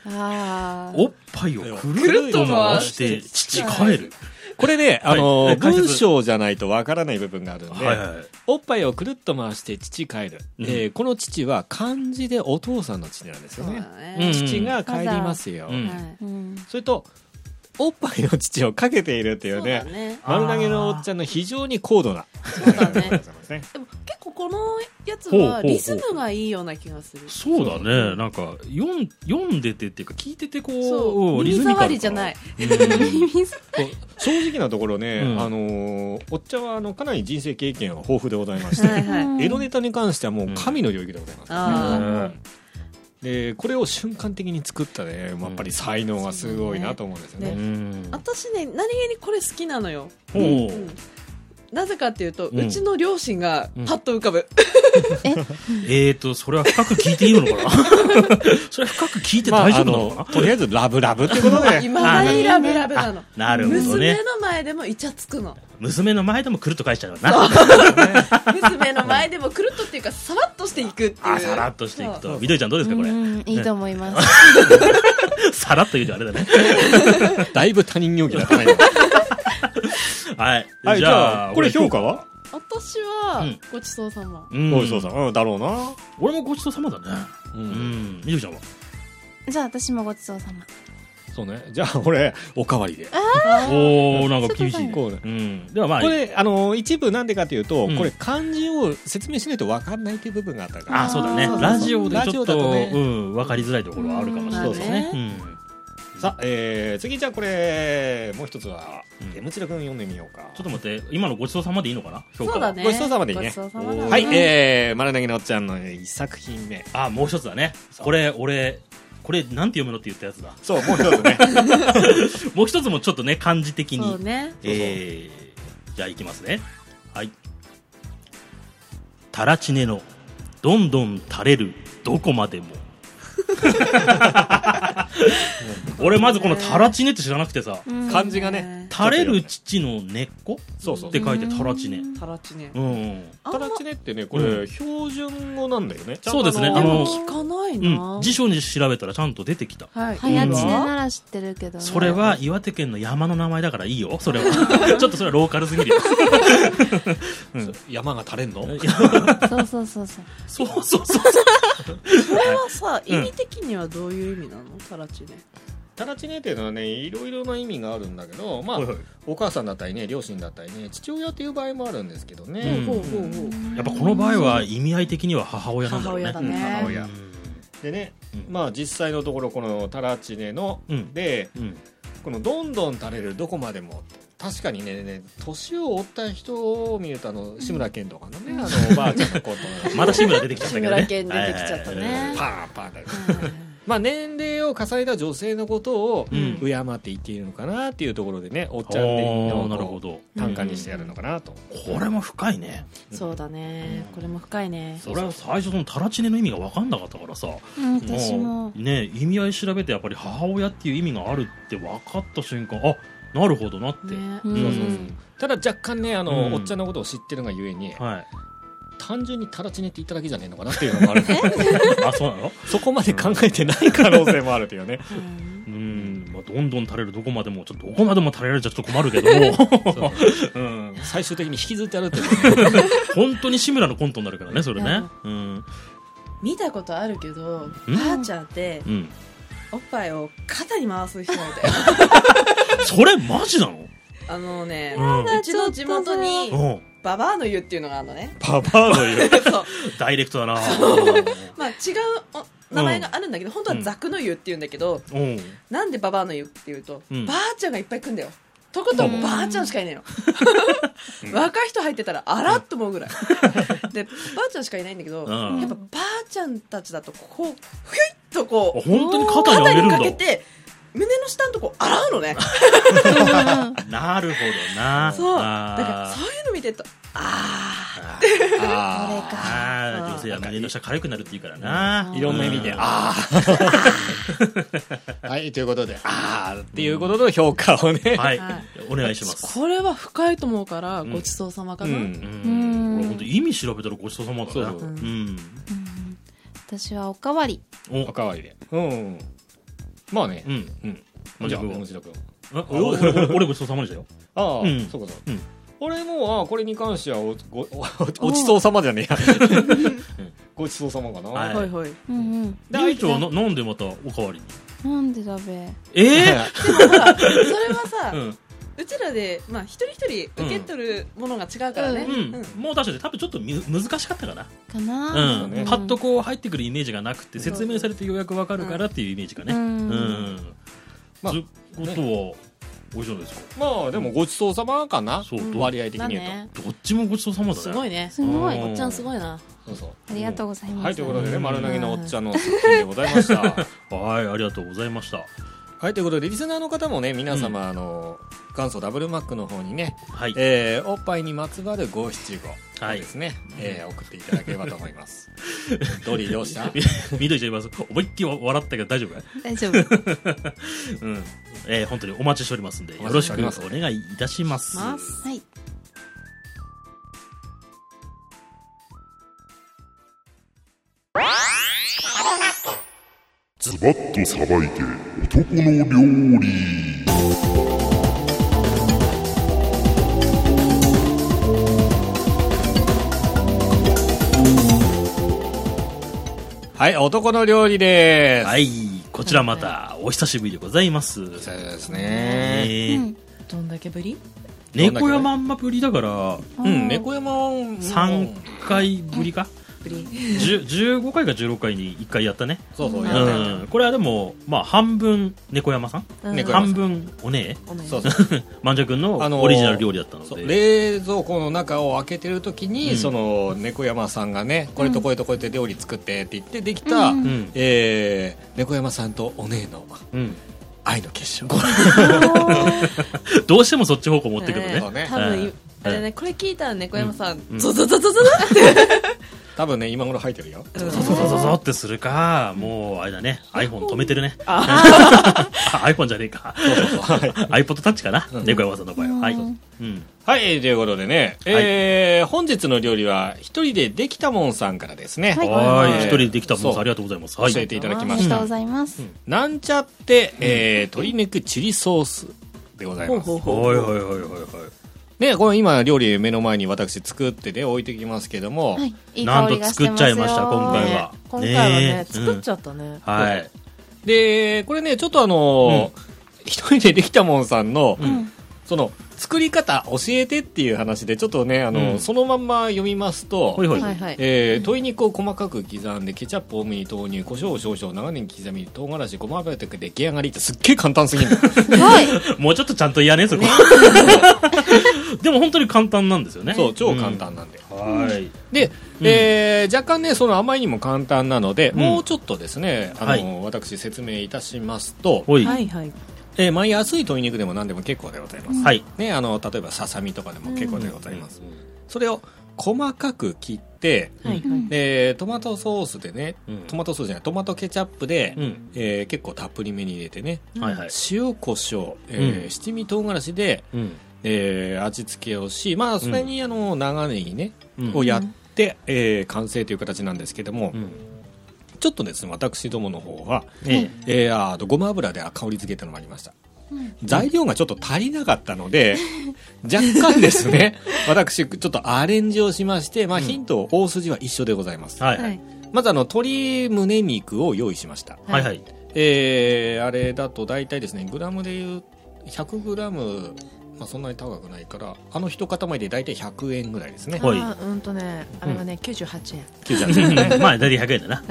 Speaker 6: あー
Speaker 4: おっぱいをくるっと回して、父帰る。
Speaker 3: これね、あの、
Speaker 4: はい解説
Speaker 3: 文章じゃないとわからない部分があるんで、
Speaker 4: はいはいはい。
Speaker 3: おっぱいをくるっと回して父帰る、
Speaker 4: うん
Speaker 3: えーこの父は漢字でお父さんの父なんですよね、
Speaker 4: うん
Speaker 3: 父が帰りますよ、
Speaker 4: うん
Speaker 5: はい
Speaker 6: うん
Speaker 3: それとおっぱいの父をかけているってい
Speaker 5: そうう
Speaker 3: ね
Speaker 5: だね。
Speaker 3: 丸投げのおっちゃんの非常に高度な
Speaker 5: そうだね。
Speaker 3: ね
Speaker 5: でも結構このやつ
Speaker 4: ほうほうほ
Speaker 5: は
Speaker 4: う
Speaker 5: リズムがいいような気がする。
Speaker 4: そうだね。なんか、読ん読んでてっていうか、聞いててこう、
Speaker 5: そう。
Speaker 4: リ
Speaker 5: 耳
Speaker 4: ズミカルか
Speaker 5: 障りじゃ ない。。
Speaker 4: うん
Speaker 3: そう正直なところね、
Speaker 4: うん
Speaker 3: あのーおっちゃんはあのかなり人生経験は豊富でございまし
Speaker 5: はい
Speaker 3: て
Speaker 5: はい。
Speaker 3: 江戸ネタに関してはもう神の領域でございます、
Speaker 5: あ
Speaker 3: でこれを瞬間的に作ったねやっぱり才能がすごいなと思うんですよね
Speaker 5: ね
Speaker 4: うん
Speaker 5: あ。私ね、何気にこれ好きなのよ。
Speaker 4: ほう。
Speaker 5: なぜかっていうと、
Speaker 4: うん
Speaker 5: うちの両親がパッと浮かぶ。
Speaker 4: えーと、それは深く聞いていいのかな それは深く聞いて
Speaker 3: まあ
Speaker 4: 大丈夫なのか
Speaker 3: あの
Speaker 4: な
Speaker 3: とりあえずラブラブってこと で
Speaker 5: 今までラブラブなの。
Speaker 4: なるほど
Speaker 5: 娘
Speaker 4: ね。
Speaker 5: の前でもイチャつくの。
Speaker 4: 娘の前でもくるっと返しちゃうよな。
Speaker 5: 娘の前でもくるっとっていうか、さらっとしていくっていう。
Speaker 4: あ、さらっとしていくと。緑ちゃんどうですか、こ
Speaker 6: う
Speaker 4: れ。
Speaker 6: ん、いいと思 います。
Speaker 4: さらっと言うとあれだね。
Speaker 3: だいぶ他人行儀だったね。
Speaker 4: はい。
Speaker 3: はい、じゃあ、これ評価
Speaker 4: は
Speaker 3: は
Speaker 5: 私
Speaker 4: うん
Speaker 5: は、ごちそうさま。
Speaker 4: うん。
Speaker 3: おいそうさん、うん、だろうな。
Speaker 4: 俺もごちそうさまだね。
Speaker 3: う
Speaker 4: う。ん。みどりちゃんは
Speaker 6: じゃあ私もごちそうさま。
Speaker 3: そうね。じゃあ、俺、おかわりで。
Speaker 4: おー、なんか厳しい。
Speaker 3: こうね。
Speaker 4: うん。ではまあ
Speaker 3: こ、れ、あの、一部なんでかというと、
Speaker 4: うん
Speaker 3: これ漢字を説明しないと分かんないっていう部分があったから。
Speaker 4: あ、そうだね
Speaker 6: あーそうそう。そう
Speaker 4: ラジオでちょっ
Speaker 3: ラジオだ
Speaker 4: と、
Speaker 3: とね
Speaker 4: うん、わかりづらいところはあるかもしれないですね。
Speaker 5: う
Speaker 4: うん。
Speaker 3: さあ、えー、次じゃあこれ、もう一つは
Speaker 4: うん、
Speaker 3: えむちらくん読んでみようか
Speaker 4: ちょ。っと待って、今のごちそうさまでいいのかな評価は
Speaker 5: そうだね。
Speaker 3: ごちそうさまでいいね
Speaker 5: ごちそうさまだね
Speaker 3: はい、えー、丸投げのおっちゃんの一作品目。
Speaker 4: あ、もう一つだね。これ、俺、これ、なんて読むのって言ったやつだ。
Speaker 3: そう、もう一つね。
Speaker 4: もう一つもちょっとね、漢字的
Speaker 5: そう
Speaker 4: に。
Speaker 5: ね。
Speaker 4: えー、じゃあいきますね。はい。タラチネの、どんどん垂れる、どこまで も。俺まずこのタラチネって知らなくてさ、
Speaker 6: うん
Speaker 3: 漢字がね。
Speaker 4: 垂れる父の根っこ
Speaker 3: そうそう
Speaker 4: って書いてタラチネ。
Speaker 5: タラチね。
Speaker 4: うんうん。
Speaker 5: あん
Speaker 3: タ
Speaker 5: ま
Speaker 3: ラチネってね、こ
Speaker 4: う
Speaker 3: れ、標準語なんだよね。
Speaker 4: そうですね
Speaker 3: ちゃんと
Speaker 4: あ
Speaker 5: で
Speaker 4: の
Speaker 5: も聞かない
Speaker 4: うん
Speaker 5: な。
Speaker 4: 辞書に調べたらちゃんと出てきた。
Speaker 5: はい。
Speaker 6: はやちねなら知ってるけどね。
Speaker 4: それは岩手県の山の名前だからいいよ、それは。ちょっとそれはローカルすぎ るよ。
Speaker 3: 山が垂れんの
Speaker 6: そうそうそうそう。
Speaker 4: そうそうそうそう。
Speaker 5: これはさ、
Speaker 4: うん
Speaker 5: 意味的にはどういう意味なのタラチね。
Speaker 3: タラチネっていうのはねいろいろな意味があるんだけど、まあ
Speaker 4: はいはい
Speaker 3: お母さんだったりね両親だったりね父親っていう場合もあるんですけどね、
Speaker 4: うん
Speaker 5: ほうほうほう。
Speaker 4: やっぱこの場合は意味合い的には母親なんだ
Speaker 5: 母
Speaker 4: ろうね。
Speaker 5: 親だね。
Speaker 3: 母親
Speaker 4: うん
Speaker 3: でね、まあ実際のところこのタラチネの、
Speaker 4: うん
Speaker 3: で
Speaker 4: うん
Speaker 3: このどんどん垂れるどこまでも確かにねね年を追った人を見るとあの志村けんとかのね、あのおばあちゃんのこと
Speaker 4: まだ志村出てきちゃっ
Speaker 6: 志
Speaker 4: たけど
Speaker 6: 村
Speaker 4: ね
Speaker 6: けん出てきちゃった
Speaker 4: はいはいはい
Speaker 6: ね
Speaker 3: パ。ーンパーンだよまあ年齢を重ねた女性のことを
Speaker 4: うん
Speaker 3: 敬って言っているのかなっていうところでねおっちゃんでいい
Speaker 4: おー
Speaker 3: の
Speaker 4: なる
Speaker 3: を
Speaker 4: ほど
Speaker 3: 短歌にしてやるのかなと、
Speaker 4: これも深いね
Speaker 5: そうだねこれも深いね
Speaker 4: それは最初そのタラチネの意味が分かんなかったからさ
Speaker 6: うん私も。
Speaker 4: ね意味合い調べてやっぱり母親っていう意味があるって分かった瞬間あなるほどなって、
Speaker 5: ね
Speaker 6: うん
Speaker 4: そう
Speaker 3: ただ若干ねあの、
Speaker 4: うん
Speaker 3: おっちゃんのことを知ってるがゆえに
Speaker 4: はい
Speaker 3: 単純にタラチネって言っただけじゃねえのかなっていうのもある
Speaker 4: あそうなの
Speaker 3: そこまで考えてない可能性もあるというね
Speaker 4: うん、まあ、どんどん垂れるどこまでもちょっとどこまでも垂れられちゃちょっと困るけどもうん
Speaker 3: 最終的に引きずってやるっていう
Speaker 4: 本当に志村のコントになるからねそれ
Speaker 5: なる
Speaker 4: ね
Speaker 5: ほ
Speaker 4: うん
Speaker 5: 見たことあるけどばあちゃんって
Speaker 4: うん
Speaker 5: おっぱいを肩に回す人なんだよ
Speaker 4: それマジなの
Speaker 5: あのね
Speaker 4: うん
Speaker 5: うちの地元に
Speaker 4: うん
Speaker 5: ババアの湯っていうのがある のね
Speaker 4: パパの湯
Speaker 5: そう
Speaker 4: ダイレクトだな
Speaker 5: まあ違うお名前があるんだけど本当はザクの湯っていうんだけど
Speaker 4: うん
Speaker 5: なんでババアの湯っていうと
Speaker 4: うん
Speaker 5: ばあちゃんがいっぱい来んだよとことんばあちゃんしかいないの 若い人入ってたらあらっと思うぐらいでばあちゃんしかいないんだけど
Speaker 4: うん
Speaker 5: やっぱばあちゃんたちだとこうふいっとこう
Speaker 4: あ本当に肩に上げるんだ
Speaker 5: 肩にかけて胸の下のとこ洗う のね
Speaker 4: なるほどな
Speaker 5: そうだから
Speaker 4: あ
Speaker 5: そういうの見てるとあ
Speaker 3: あ
Speaker 4: ーあー女性は胸の下痒くなるっていうからな、
Speaker 3: いろんな意味で、あ あ。はい、ということで、ああ、っていうことの評価をね。
Speaker 4: はい、
Speaker 5: はい
Speaker 4: お願いします
Speaker 5: これは深いと思うから
Speaker 4: ん
Speaker 5: ごちそうさまか
Speaker 3: う。
Speaker 5: な、
Speaker 4: うんんこれ本当意味調べたらごちそうさまだね
Speaker 3: そうそう
Speaker 4: うん
Speaker 6: 私はおかわり。
Speaker 4: お
Speaker 3: おかわりで。うん。まあね
Speaker 4: う。ん
Speaker 3: うん。
Speaker 4: うん
Speaker 3: じゃあ、
Speaker 4: 自分は
Speaker 3: 面白く。
Speaker 4: あ俺俺俺ごちそうさまでしたよ
Speaker 3: ああ
Speaker 4: うん、
Speaker 3: そうかそう
Speaker 4: うん。
Speaker 3: 俺も、ああ、これに関してはお、 ご、お、おちそうさまじゃねえや。 ごちそうさまか
Speaker 4: は
Speaker 3: な。
Speaker 5: はいはい
Speaker 6: うんうん。
Speaker 4: ゆうちゃんはななんでまたおかわりに
Speaker 6: なんでだべ。
Speaker 4: え
Speaker 5: ほらそれはさ、
Speaker 4: ー
Speaker 5: う
Speaker 4: うん
Speaker 5: ちらで、まあ、一人一人受け取るものが違うからね、
Speaker 4: うんもう確かに多分ちょっとむ難しかったかな
Speaker 6: かな。
Speaker 4: うん、
Speaker 3: ね
Speaker 4: パッとこう入ってくるイメージがなくて説明されてようやくわかるからっていうイメージがね
Speaker 6: う
Speaker 4: うんん、
Speaker 3: まあ
Speaker 4: ずことはおいしいんですか
Speaker 3: まあ、でも、ごちそうさまかな。
Speaker 4: そうど
Speaker 3: 割合的
Speaker 5: だ
Speaker 3: に言う
Speaker 5: ね
Speaker 4: どっちもごちそうさまだね
Speaker 5: すごいね
Speaker 6: すごい。
Speaker 4: うん
Speaker 5: おっちゃんすごいな
Speaker 3: と。そうそう。
Speaker 6: ありがとうございます。
Speaker 3: はい、ということでね、
Speaker 4: うん
Speaker 3: 丸投げのおっちゃんの作品でございま した。
Speaker 4: はいありがとうございました
Speaker 3: はい、ということで、リスナーの方もね、皆様、あの、元祖ダブルマックの方にね、
Speaker 4: はい、
Speaker 3: えーおっぱいにまつわる五七五
Speaker 4: はい
Speaker 3: ですね、えー送っていただければと思います ドリーどうした
Speaker 4: みどりちゃんいます思いっきり笑ったけど大丈夫かい
Speaker 6: 大丈夫。
Speaker 4: うんえー本当にお待ちしておりますんで
Speaker 3: お
Speaker 4: よ
Speaker 3: 待
Speaker 4: ろ
Speaker 3: ちし
Speaker 4: して
Speaker 3: お
Speaker 4: く
Speaker 3: り
Speaker 4: お
Speaker 3: ます
Speaker 4: 願いいたします
Speaker 5: ます
Speaker 6: はい。
Speaker 8: ズバッとさばいて男の料理
Speaker 3: はい男の料理です、
Speaker 4: はいこちらまたお久しぶりでございます、
Speaker 3: そうです
Speaker 4: え
Speaker 3: ね
Speaker 4: ー
Speaker 5: どんだけぶり
Speaker 4: 猫山あんまぶりだから
Speaker 3: うん猫山
Speaker 4: 3回ぶりか、
Speaker 5: ぶり
Speaker 4: 10 15回か16回に1回やったね、
Speaker 3: そうそう
Speaker 4: う
Speaker 3: やったやっ
Speaker 4: ん、これはでも、まあ、半分猫山さん
Speaker 3: た猫山さ
Speaker 4: 半
Speaker 3: ん
Speaker 4: 分おね
Speaker 5: お願い
Speaker 3: そうそう
Speaker 4: えまんじゃくんの
Speaker 3: あのー
Speaker 4: オリジナル料理だったの
Speaker 3: そう
Speaker 4: で、
Speaker 3: 冷蔵庫の中を開けてる時に、
Speaker 4: うん
Speaker 3: その猫山さんがねこれとこれとこれで料理作ってって言ってできた、
Speaker 6: うん
Speaker 4: うん
Speaker 3: えー猫山さんとお姉の
Speaker 4: うん、
Speaker 3: 愛の結晶
Speaker 4: どうしてもそっち方向持ってくるね
Speaker 3: そうね
Speaker 5: 多
Speaker 4: う
Speaker 5: 分
Speaker 4: ん
Speaker 5: あれねこれ聞いたら猫山さん
Speaker 4: うん
Speaker 5: ゾゾゾゾゾゾって
Speaker 3: 多分ね今頃入ってるよ
Speaker 4: そうそうそうそうってするかもうあれだね iPhone 止めてるね iPhone じゃねえか iPod タッチかな猫山さんの場合ははい、うん、
Speaker 3: はい、えーということでね、えー本日の料理は、一人でできたもんさんからですね、
Speaker 6: はい
Speaker 4: は
Speaker 3: え
Speaker 4: い
Speaker 3: ー
Speaker 4: 一人でできたもん
Speaker 3: そ
Speaker 4: さ
Speaker 3: うん
Speaker 4: ありがとうございます、
Speaker 3: 教
Speaker 4: はい、
Speaker 3: えていただき
Speaker 6: あ
Speaker 3: ま
Speaker 6: り
Speaker 3: し
Speaker 6: が
Speaker 3: た。
Speaker 6: とうございます。
Speaker 3: なんちゃって、えー鶏肉チリソースでございます。
Speaker 4: はいはいはいはいはい
Speaker 3: ね、この今、料理目の前に私作ってで置いてきますけども、
Speaker 6: はい。いい
Speaker 4: なん
Speaker 6: 香り
Speaker 4: と
Speaker 6: がして
Speaker 4: 作っ
Speaker 6: ますよ。
Speaker 4: ちゃいました今回は、
Speaker 5: 今回はね
Speaker 4: え
Speaker 5: 作っちゃったね
Speaker 4: うんはい
Speaker 3: で、これね、ちょっとあのー一人でできたもんさんの、
Speaker 4: ん
Speaker 3: その作り方教えてっていう話でちょっとねあの、
Speaker 4: うん
Speaker 3: そのまんま読みますと、
Speaker 4: ほいほい。
Speaker 5: はいはい。
Speaker 3: えー鶏肉を細かく刻んでケチャップ多めに投入胡椒を少々長年刻み唐辛子ごま油とか出来上がりってすっげえ簡単すぎる
Speaker 6: はい。
Speaker 4: もうちょっとちゃんと言やね、そこ。 でも本当に簡単なんですよね。
Speaker 3: そう超簡単なんで、
Speaker 4: うん。はい。
Speaker 3: で、えー若干ねそのあまりにも簡単なので、
Speaker 4: うん
Speaker 3: もうちょっとですねあの、
Speaker 4: はい
Speaker 3: 私説明いたしますと、
Speaker 4: ほい。
Speaker 5: は
Speaker 4: はい。
Speaker 5: いはい。
Speaker 3: えーまあ、安い鶏肉でも何でも結構でございます、
Speaker 4: はい。
Speaker 3: ね、あの例えばささみとかでも結構でございます、それを細かく切って
Speaker 5: はい
Speaker 6: うん
Speaker 5: はい。
Speaker 3: でトマトソースでね
Speaker 4: うん
Speaker 3: トマトソースじゃないトマトケチャップで、
Speaker 4: うん。
Speaker 3: えー結構たっぷりめに入れてね
Speaker 4: はいはい。
Speaker 3: 塩コショウ、えー
Speaker 4: うん
Speaker 3: 七味唐辛子で、
Speaker 4: うん。
Speaker 3: えー味付けをしまあそれにあの長ネギね、
Speaker 4: うん
Speaker 3: をやって、えー完成という形なんですけども、
Speaker 4: うん。
Speaker 3: ちょっとですね私どもの方は、
Speaker 4: え
Speaker 3: えーあーあとごま油で香り付けたのもありました、
Speaker 6: うん
Speaker 3: 材料がちょっと足りなかったので 若干です ね私ちょっとアレンジをしまして、まあ、
Speaker 4: うん
Speaker 3: ヒント大筋は一緒でございます、
Speaker 4: え。はい
Speaker 6: は
Speaker 4: はいい。。
Speaker 3: まずあの鶏胸肉を用意しました
Speaker 4: はいはい。
Speaker 3: えーあれだと大体ですねグラムでいう100グラム、まあ、そんなに高くないからあの一塊で大体100円ぐらいですね
Speaker 4: ほい
Speaker 5: あーうんとね、あれはね、98円。
Speaker 4: うん まあ、大体100円だな。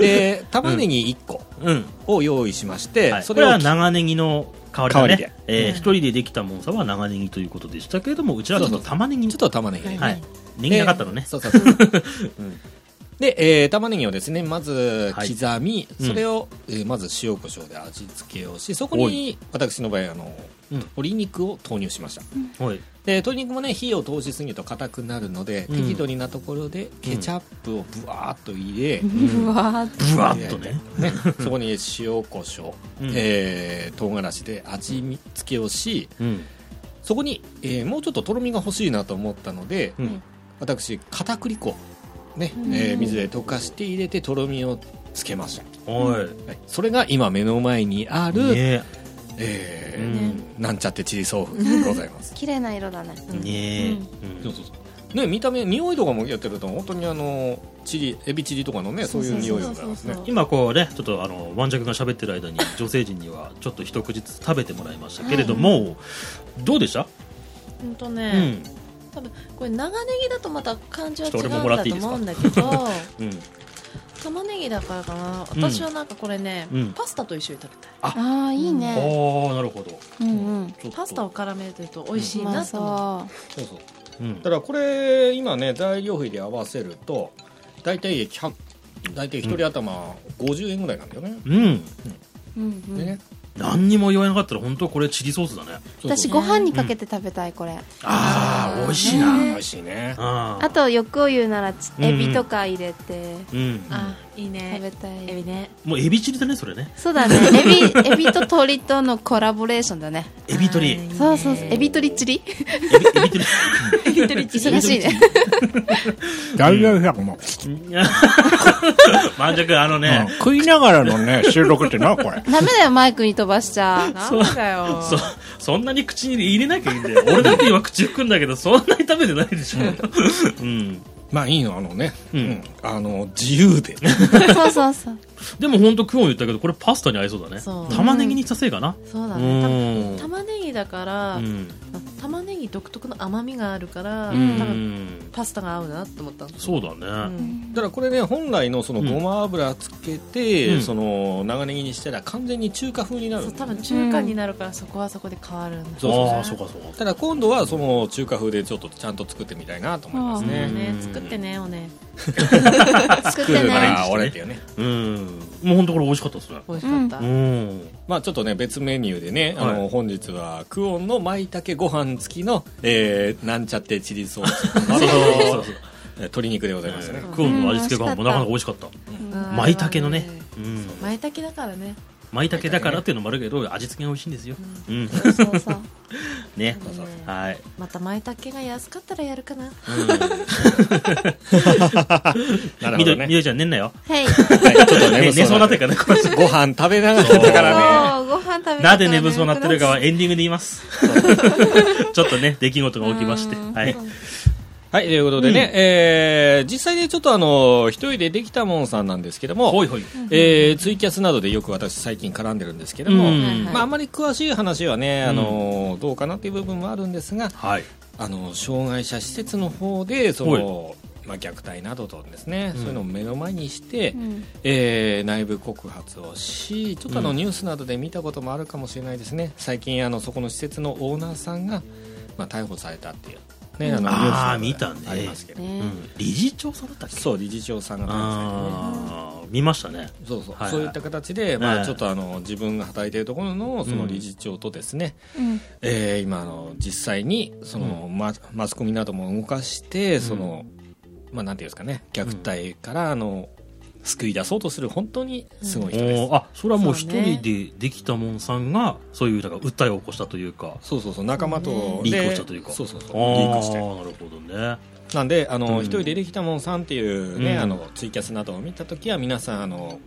Speaker 3: で玉ねぎ1個
Speaker 4: うん。うん。
Speaker 3: を用意しまして、
Speaker 4: はい
Speaker 3: そ
Speaker 4: こ
Speaker 3: れ
Speaker 4: れ
Speaker 3: を
Speaker 4: は
Speaker 3: 切
Speaker 4: 長ネギの香りだ
Speaker 3: 香りで
Speaker 4: ね。えー一人でできたもんさは長ネギということでしたけれども、うちはちょっと玉ねぎ
Speaker 3: ちょっと玉ねぎね、
Speaker 4: はい。ネギなかったのね
Speaker 3: で。そうそうそう、 うんで、えー玉ねぎをですねまず
Speaker 4: はい
Speaker 3: 刻み、
Speaker 4: うん
Speaker 3: それを、えーまず塩コショウで味付けをしそこに私の場合あの、
Speaker 4: うん
Speaker 3: 鶏肉を投入しました
Speaker 4: はい。
Speaker 3: で鶏肉もね火を通しすぎると硬くなるので、
Speaker 4: うん
Speaker 3: 適度になところでケチャップをぶわーっと入れ、
Speaker 6: うわーって。
Speaker 4: ブワーっとね。
Speaker 3: ね、そこに塩コショウ、
Speaker 4: うん
Speaker 3: えー唐辛子で味付けをし
Speaker 4: うん。
Speaker 3: そこに、えーもうちょっととろみが欲しいなと思ったので、
Speaker 4: うん
Speaker 3: 私片栗粉ね、えー水で溶かして入れてとろみをつけました、
Speaker 4: おい。
Speaker 3: はい、それが今目の前にある、
Speaker 4: ね
Speaker 3: え
Speaker 4: え。
Speaker 3: ー
Speaker 4: うん。
Speaker 3: なんちゃってチリソースでございます
Speaker 6: 綺麗な色だね。
Speaker 4: ねえ。
Speaker 3: そうそうそうね見た目匂いとかもやってると本当にあのチリエビチリとかのねそういう匂いがありますね
Speaker 6: そうそうそう
Speaker 4: 今こうねちょっとあの盤石が喋ってる間に女性陣にはちょっと一口ずつ食べてもらいましたけれども、どうでした、
Speaker 5: うんと
Speaker 4: う
Speaker 5: ね、
Speaker 4: ん
Speaker 5: これ長ネギだとまた感じは違う
Speaker 4: ち
Speaker 5: ん
Speaker 4: ょっと俺ももらっ
Speaker 5: だ
Speaker 4: てい
Speaker 5: と
Speaker 4: いですか
Speaker 5: 思うんだけど、
Speaker 4: うん、
Speaker 5: 玉ねぎだからかな。
Speaker 4: うん
Speaker 5: 私はなんかこれね
Speaker 4: うん、
Speaker 5: パスタと一緒に食べたい。
Speaker 6: ああ、いい
Speaker 4: ああ
Speaker 6: ね。
Speaker 4: なるほど
Speaker 6: うんうん。
Speaker 4: ちょっと
Speaker 5: パスタを絡めてると美味しい
Speaker 6: まあ
Speaker 5: なと思う。
Speaker 6: そ
Speaker 3: そうそう
Speaker 4: うん
Speaker 3: だからこれ今ね材料費で合わせると大体100大体一人頭50円ぐらいなんだよね、
Speaker 4: うん
Speaker 6: う。うんう
Speaker 3: で
Speaker 6: ん。
Speaker 3: ね
Speaker 4: 何にも言わなかったら本当これチリソースだね
Speaker 3: そうそ
Speaker 6: 私
Speaker 3: う
Speaker 6: ご飯にかけて食べたいこれ。
Speaker 4: ああ美味しいな、
Speaker 3: 美味しいね
Speaker 4: あ
Speaker 6: あと欲を言うなら
Speaker 4: うん
Speaker 6: エビとか入れて
Speaker 4: うん
Speaker 5: あ、いい
Speaker 6: 食べ
Speaker 5: ね。
Speaker 6: た
Speaker 5: エ
Speaker 6: い。
Speaker 5: ビね。
Speaker 4: もうエビチリだねそれね
Speaker 6: そうだね。エビエビと鶏とのコラボレーションだね。
Speaker 4: エビ取り
Speaker 5: あーいいね
Speaker 6: そうそうそう。エビ取りチ
Speaker 4: エ
Speaker 6: リ。
Speaker 4: ビエビ取り
Speaker 6: 忙しいね。
Speaker 3: 大丈夫だもん、
Speaker 4: 盤石あのね、
Speaker 3: 食いながらの ね収録ってなこれ
Speaker 6: ダメだよマイクに飛ばしちゃう。
Speaker 5: なんでだよ。
Speaker 4: そそんなに口に入れなきゃいいんだよ俺だって今口含んだけどそんなに食べてないでしょうん
Speaker 3: まあいいのあのね、
Speaker 4: うん
Speaker 3: うんあの自由 で
Speaker 6: そうそうそう。
Speaker 4: でも本当今日言ったけどこれパスタに合いそうだね
Speaker 5: そう
Speaker 4: 玉ねぎにしたせいかな
Speaker 5: そうだ
Speaker 4: う
Speaker 5: ね。
Speaker 4: ん
Speaker 5: 玉ねぎだから、
Speaker 4: うん
Speaker 5: 玉ねぎ独特の甘みがあるから、
Speaker 4: う
Speaker 5: 多分
Speaker 4: ん
Speaker 5: パスタが合うなと思ったの
Speaker 4: そうだね、
Speaker 5: うん
Speaker 3: だからこれね本来のそのごま油つけて、
Speaker 4: うん
Speaker 3: その長ネギにしたら完全に中華風になる
Speaker 5: そ
Speaker 3: ん
Speaker 5: う
Speaker 3: だ
Speaker 5: 多
Speaker 3: よね
Speaker 5: 分中華になるからそこはそこで変わるんだ、
Speaker 3: そうそうそう
Speaker 4: ああそうかそうか
Speaker 3: ただ今度はその中華風でちょっとちゃんと作ってみたいなと思いますね
Speaker 5: ねね
Speaker 4: うん
Speaker 5: 作ってねおね
Speaker 6: 作ってね。
Speaker 3: ああ俺っていうね
Speaker 4: うんもう本当これ美味しかったですね
Speaker 5: 美味しかった、
Speaker 4: うん
Speaker 3: まあちょっとね別メニューでね、あ
Speaker 4: は
Speaker 3: の本日はクオンの舞茸ご飯付きの、えー、なんちゃってチリソース
Speaker 4: そうそうそ
Speaker 3: え
Speaker 4: うそう
Speaker 3: ー鶏肉でございましたね、
Speaker 4: クオンの味付けご飯もなかなか美味しかった
Speaker 5: うん
Speaker 4: 舞茸のね
Speaker 5: あれはね
Speaker 4: うん
Speaker 5: 舞茸だからね
Speaker 4: 舞茸だからっていうのもあるけど味付けが美味しいんですようん
Speaker 6: そうそうそう。
Speaker 4: ね
Speaker 5: そうそう
Speaker 4: はい
Speaker 5: また舞茸が安かったらやるかな
Speaker 3: なるほ
Speaker 4: みど
Speaker 3: ど
Speaker 4: みど
Speaker 3: ね、
Speaker 4: りちゃん寝んなよ
Speaker 6: は
Speaker 3: は
Speaker 6: い。
Speaker 3: い、ちょっと眠
Speaker 4: ね寝
Speaker 3: そ
Speaker 4: そう
Speaker 3: な
Speaker 4: うな
Speaker 3: っ
Speaker 4: って
Speaker 3: て
Speaker 4: るからね
Speaker 3: ご飯食べながらだからね
Speaker 6: そうご飯食べながら
Speaker 4: なぜ眠そうなってるかは
Speaker 6: 眠
Speaker 4: エンディングで言いますちょっとね出来事が起きまして
Speaker 6: うん
Speaker 4: はい
Speaker 3: はい、ということでね、えー実際ね、ちょっとあの、一人でできたもんさんなんですけども、
Speaker 4: ほいほい。
Speaker 3: えーツイキャスなどでよく私最近絡んでるんですけども、
Speaker 4: うん
Speaker 3: まあ、あまり詳しい話はね、あのどうかなっていう部分もあるんですが
Speaker 4: はい。
Speaker 3: あの障害者施設の方でその、まあ、虐待などとですね、
Speaker 4: うん
Speaker 3: そういうのを目の前にして、
Speaker 6: うん
Speaker 3: えー内部告発をしちょっとあの、
Speaker 4: うん
Speaker 3: ニュースなどで見たこともあるかもしれないですね最近あのそこの施設のオーナーさんが、まあ、逮捕されたっていう、ねあのニュース
Speaker 4: あー
Speaker 3: など
Speaker 4: 見
Speaker 3: で
Speaker 4: たね
Speaker 3: ありますけど、
Speaker 4: う
Speaker 6: ね
Speaker 4: ん理事長さんだったっけ
Speaker 3: そう理事長さんが逮捕されてね
Speaker 4: ああ、見ましたね。
Speaker 3: そうそう、
Speaker 4: はいはい
Speaker 3: そういった形で、ま
Speaker 4: ええ
Speaker 3: あ、ちょっとあの自分が働いているところのその理事長とですね、
Speaker 6: うん
Speaker 3: えー今あの実際にその、ママスコミなども動かしてその、まあなんていうんですかね虐待からあの救い出そうとする本当にすごい人です、
Speaker 4: おーあ、それはもう
Speaker 6: そ
Speaker 4: 一
Speaker 6: うね
Speaker 4: 人でできたもんさんが、そういう、だから訴えを起こしたというか、
Speaker 3: そうそうそう仲間と
Speaker 4: リ
Speaker 3: で
Speaker 4: ークをしたというか。
Speaker 3: そうそうそう
Speaker 4: あ
Speaker 3: リ
Speaker 4: ー
Speaker 3: ークして
Speaker 4: なるほどね。
Speaker 3: なんであの、
Speaker 4: うん
Speaker 3: 一人でできたもんさんっていうね、
Speaker 4: うん
Speaker 3: あのツイキャスなどを見た時は皆さんあの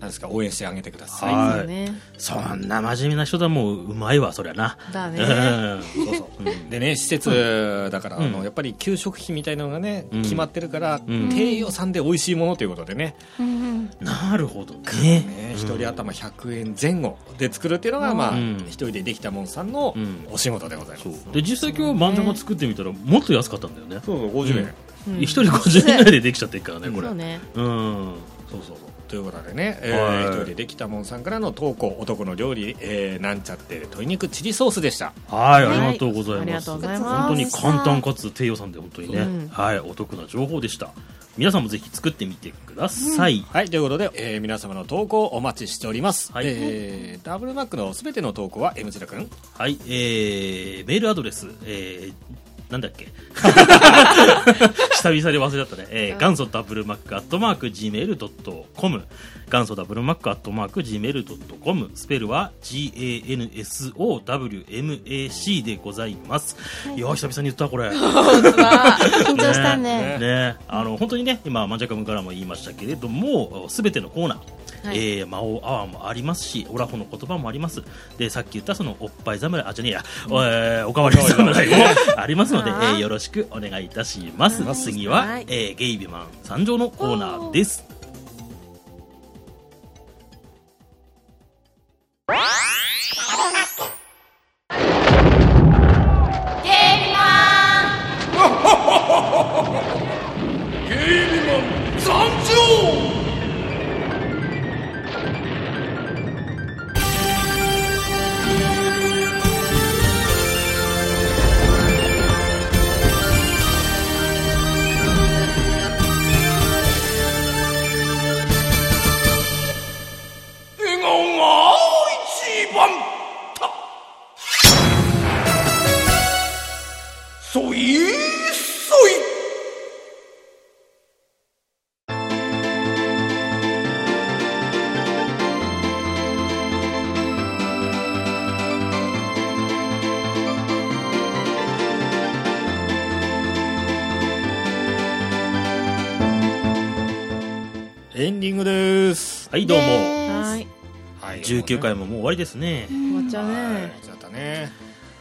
Speaker 3: なんですか応援してあげてください、
Speaker 4: は
Speaker 6: そうね
Speaker 4: そんな真面目な人だもう、うまいわ、そりゃな。
Speaker 6: だ
Speaker 4: う
Speaker 6: ね
Speaker 4: ん
Speaker 3: そうそうでね施設だから、あ
Speaker 4: う
Speaker 3: の
Speaker 4: ん
Speaker 3: やっぱり給食費みたいなのがね、
Speaker 4: うん
Speaker 3: 決まってるから、
Speaker 4: ん
Speaker 3: 低予算で美味しいものということでね
Speaker 6: うん
Speaker 4: なるほどね。
Speaker 3: ね
Speaker 4: うん
Speaker 3: 一、人頭100円前後で作るっていうのが、まあ
Speaker 4: うん
Speaker 3: 一人でできたもんさんの
Speaker 4: うん
Speaker 3: お仕事でございます、
Speaker 4: そう
Speaker 3: そう
Speaker 4: で実際今日バンジョンが作ってみたらもっと安かったんだよね
Speaker 3: そう50円、
Speaker 4: うん一人50円ぐらいでできちゃってるからね
Speaker 6: うん
Speaker 4: これ
Speaker 6: そうね
Speaker 4: うんそうそう
Speaker 3: ということでね、え
Speaker 4: はい
Speaker 3: ー、一人でできたもんさんからの投稿男の料理、えーなんちゃって鶏肉チリソースでした
Speaker 4: はい
Speaker 6: はい
Speaker 4: ありがとうございます
Speaker 6: ありがとうございます
Speaker 4: 本当に簡単かつ低予算で本当にね、
Speaker 6: うん
Speaker 4: はいお得な情報でした皆さんもぜひ作ってみてください、
Speaker 3: はいということで、えー皆様の投稿お待ちしております、
Speaker 4: はい
Speaker 3: えーダブルマックのすべての投稿は M 字田君
Speaker 4: はいえー、メールアドレスえーなんだっけ 久々で忘れちゃったね、えー、元祖ダブルマックアットマーク Gmail.com 元祖ダブルマックアットマーク Gmail.com スペルは GANSOWMAC でございます、い、やー久々に言ったこれ
Speaker 6: 緊張したね
Speaker 4: ねあの本当にね今マンジャカムからも言いましたけれどもすべてのコーナー、
Speaker 6: はい
Speaker 4: えー魔王アワーもありますしオラホの言葉もありますでさっき言ったそのおっぱい侍あじゃねえや、おえーおかわり侍もありますので、えーよろしくお願いいたします次は、
Speaker 6: はい
Speaker 4: えーゲイビマン参上のコーナーです
Speaker 3: エンディングです
Speaker 4: はいどうも、
Speaker 6: はい
Speaker 3: はい
Speaker 4: 19回ももう終わりですね、
Speaker 6: 終わっちゃう
Speaker 3: はい
Speaker 6: ね
Speaker 3: 終わっちゃったね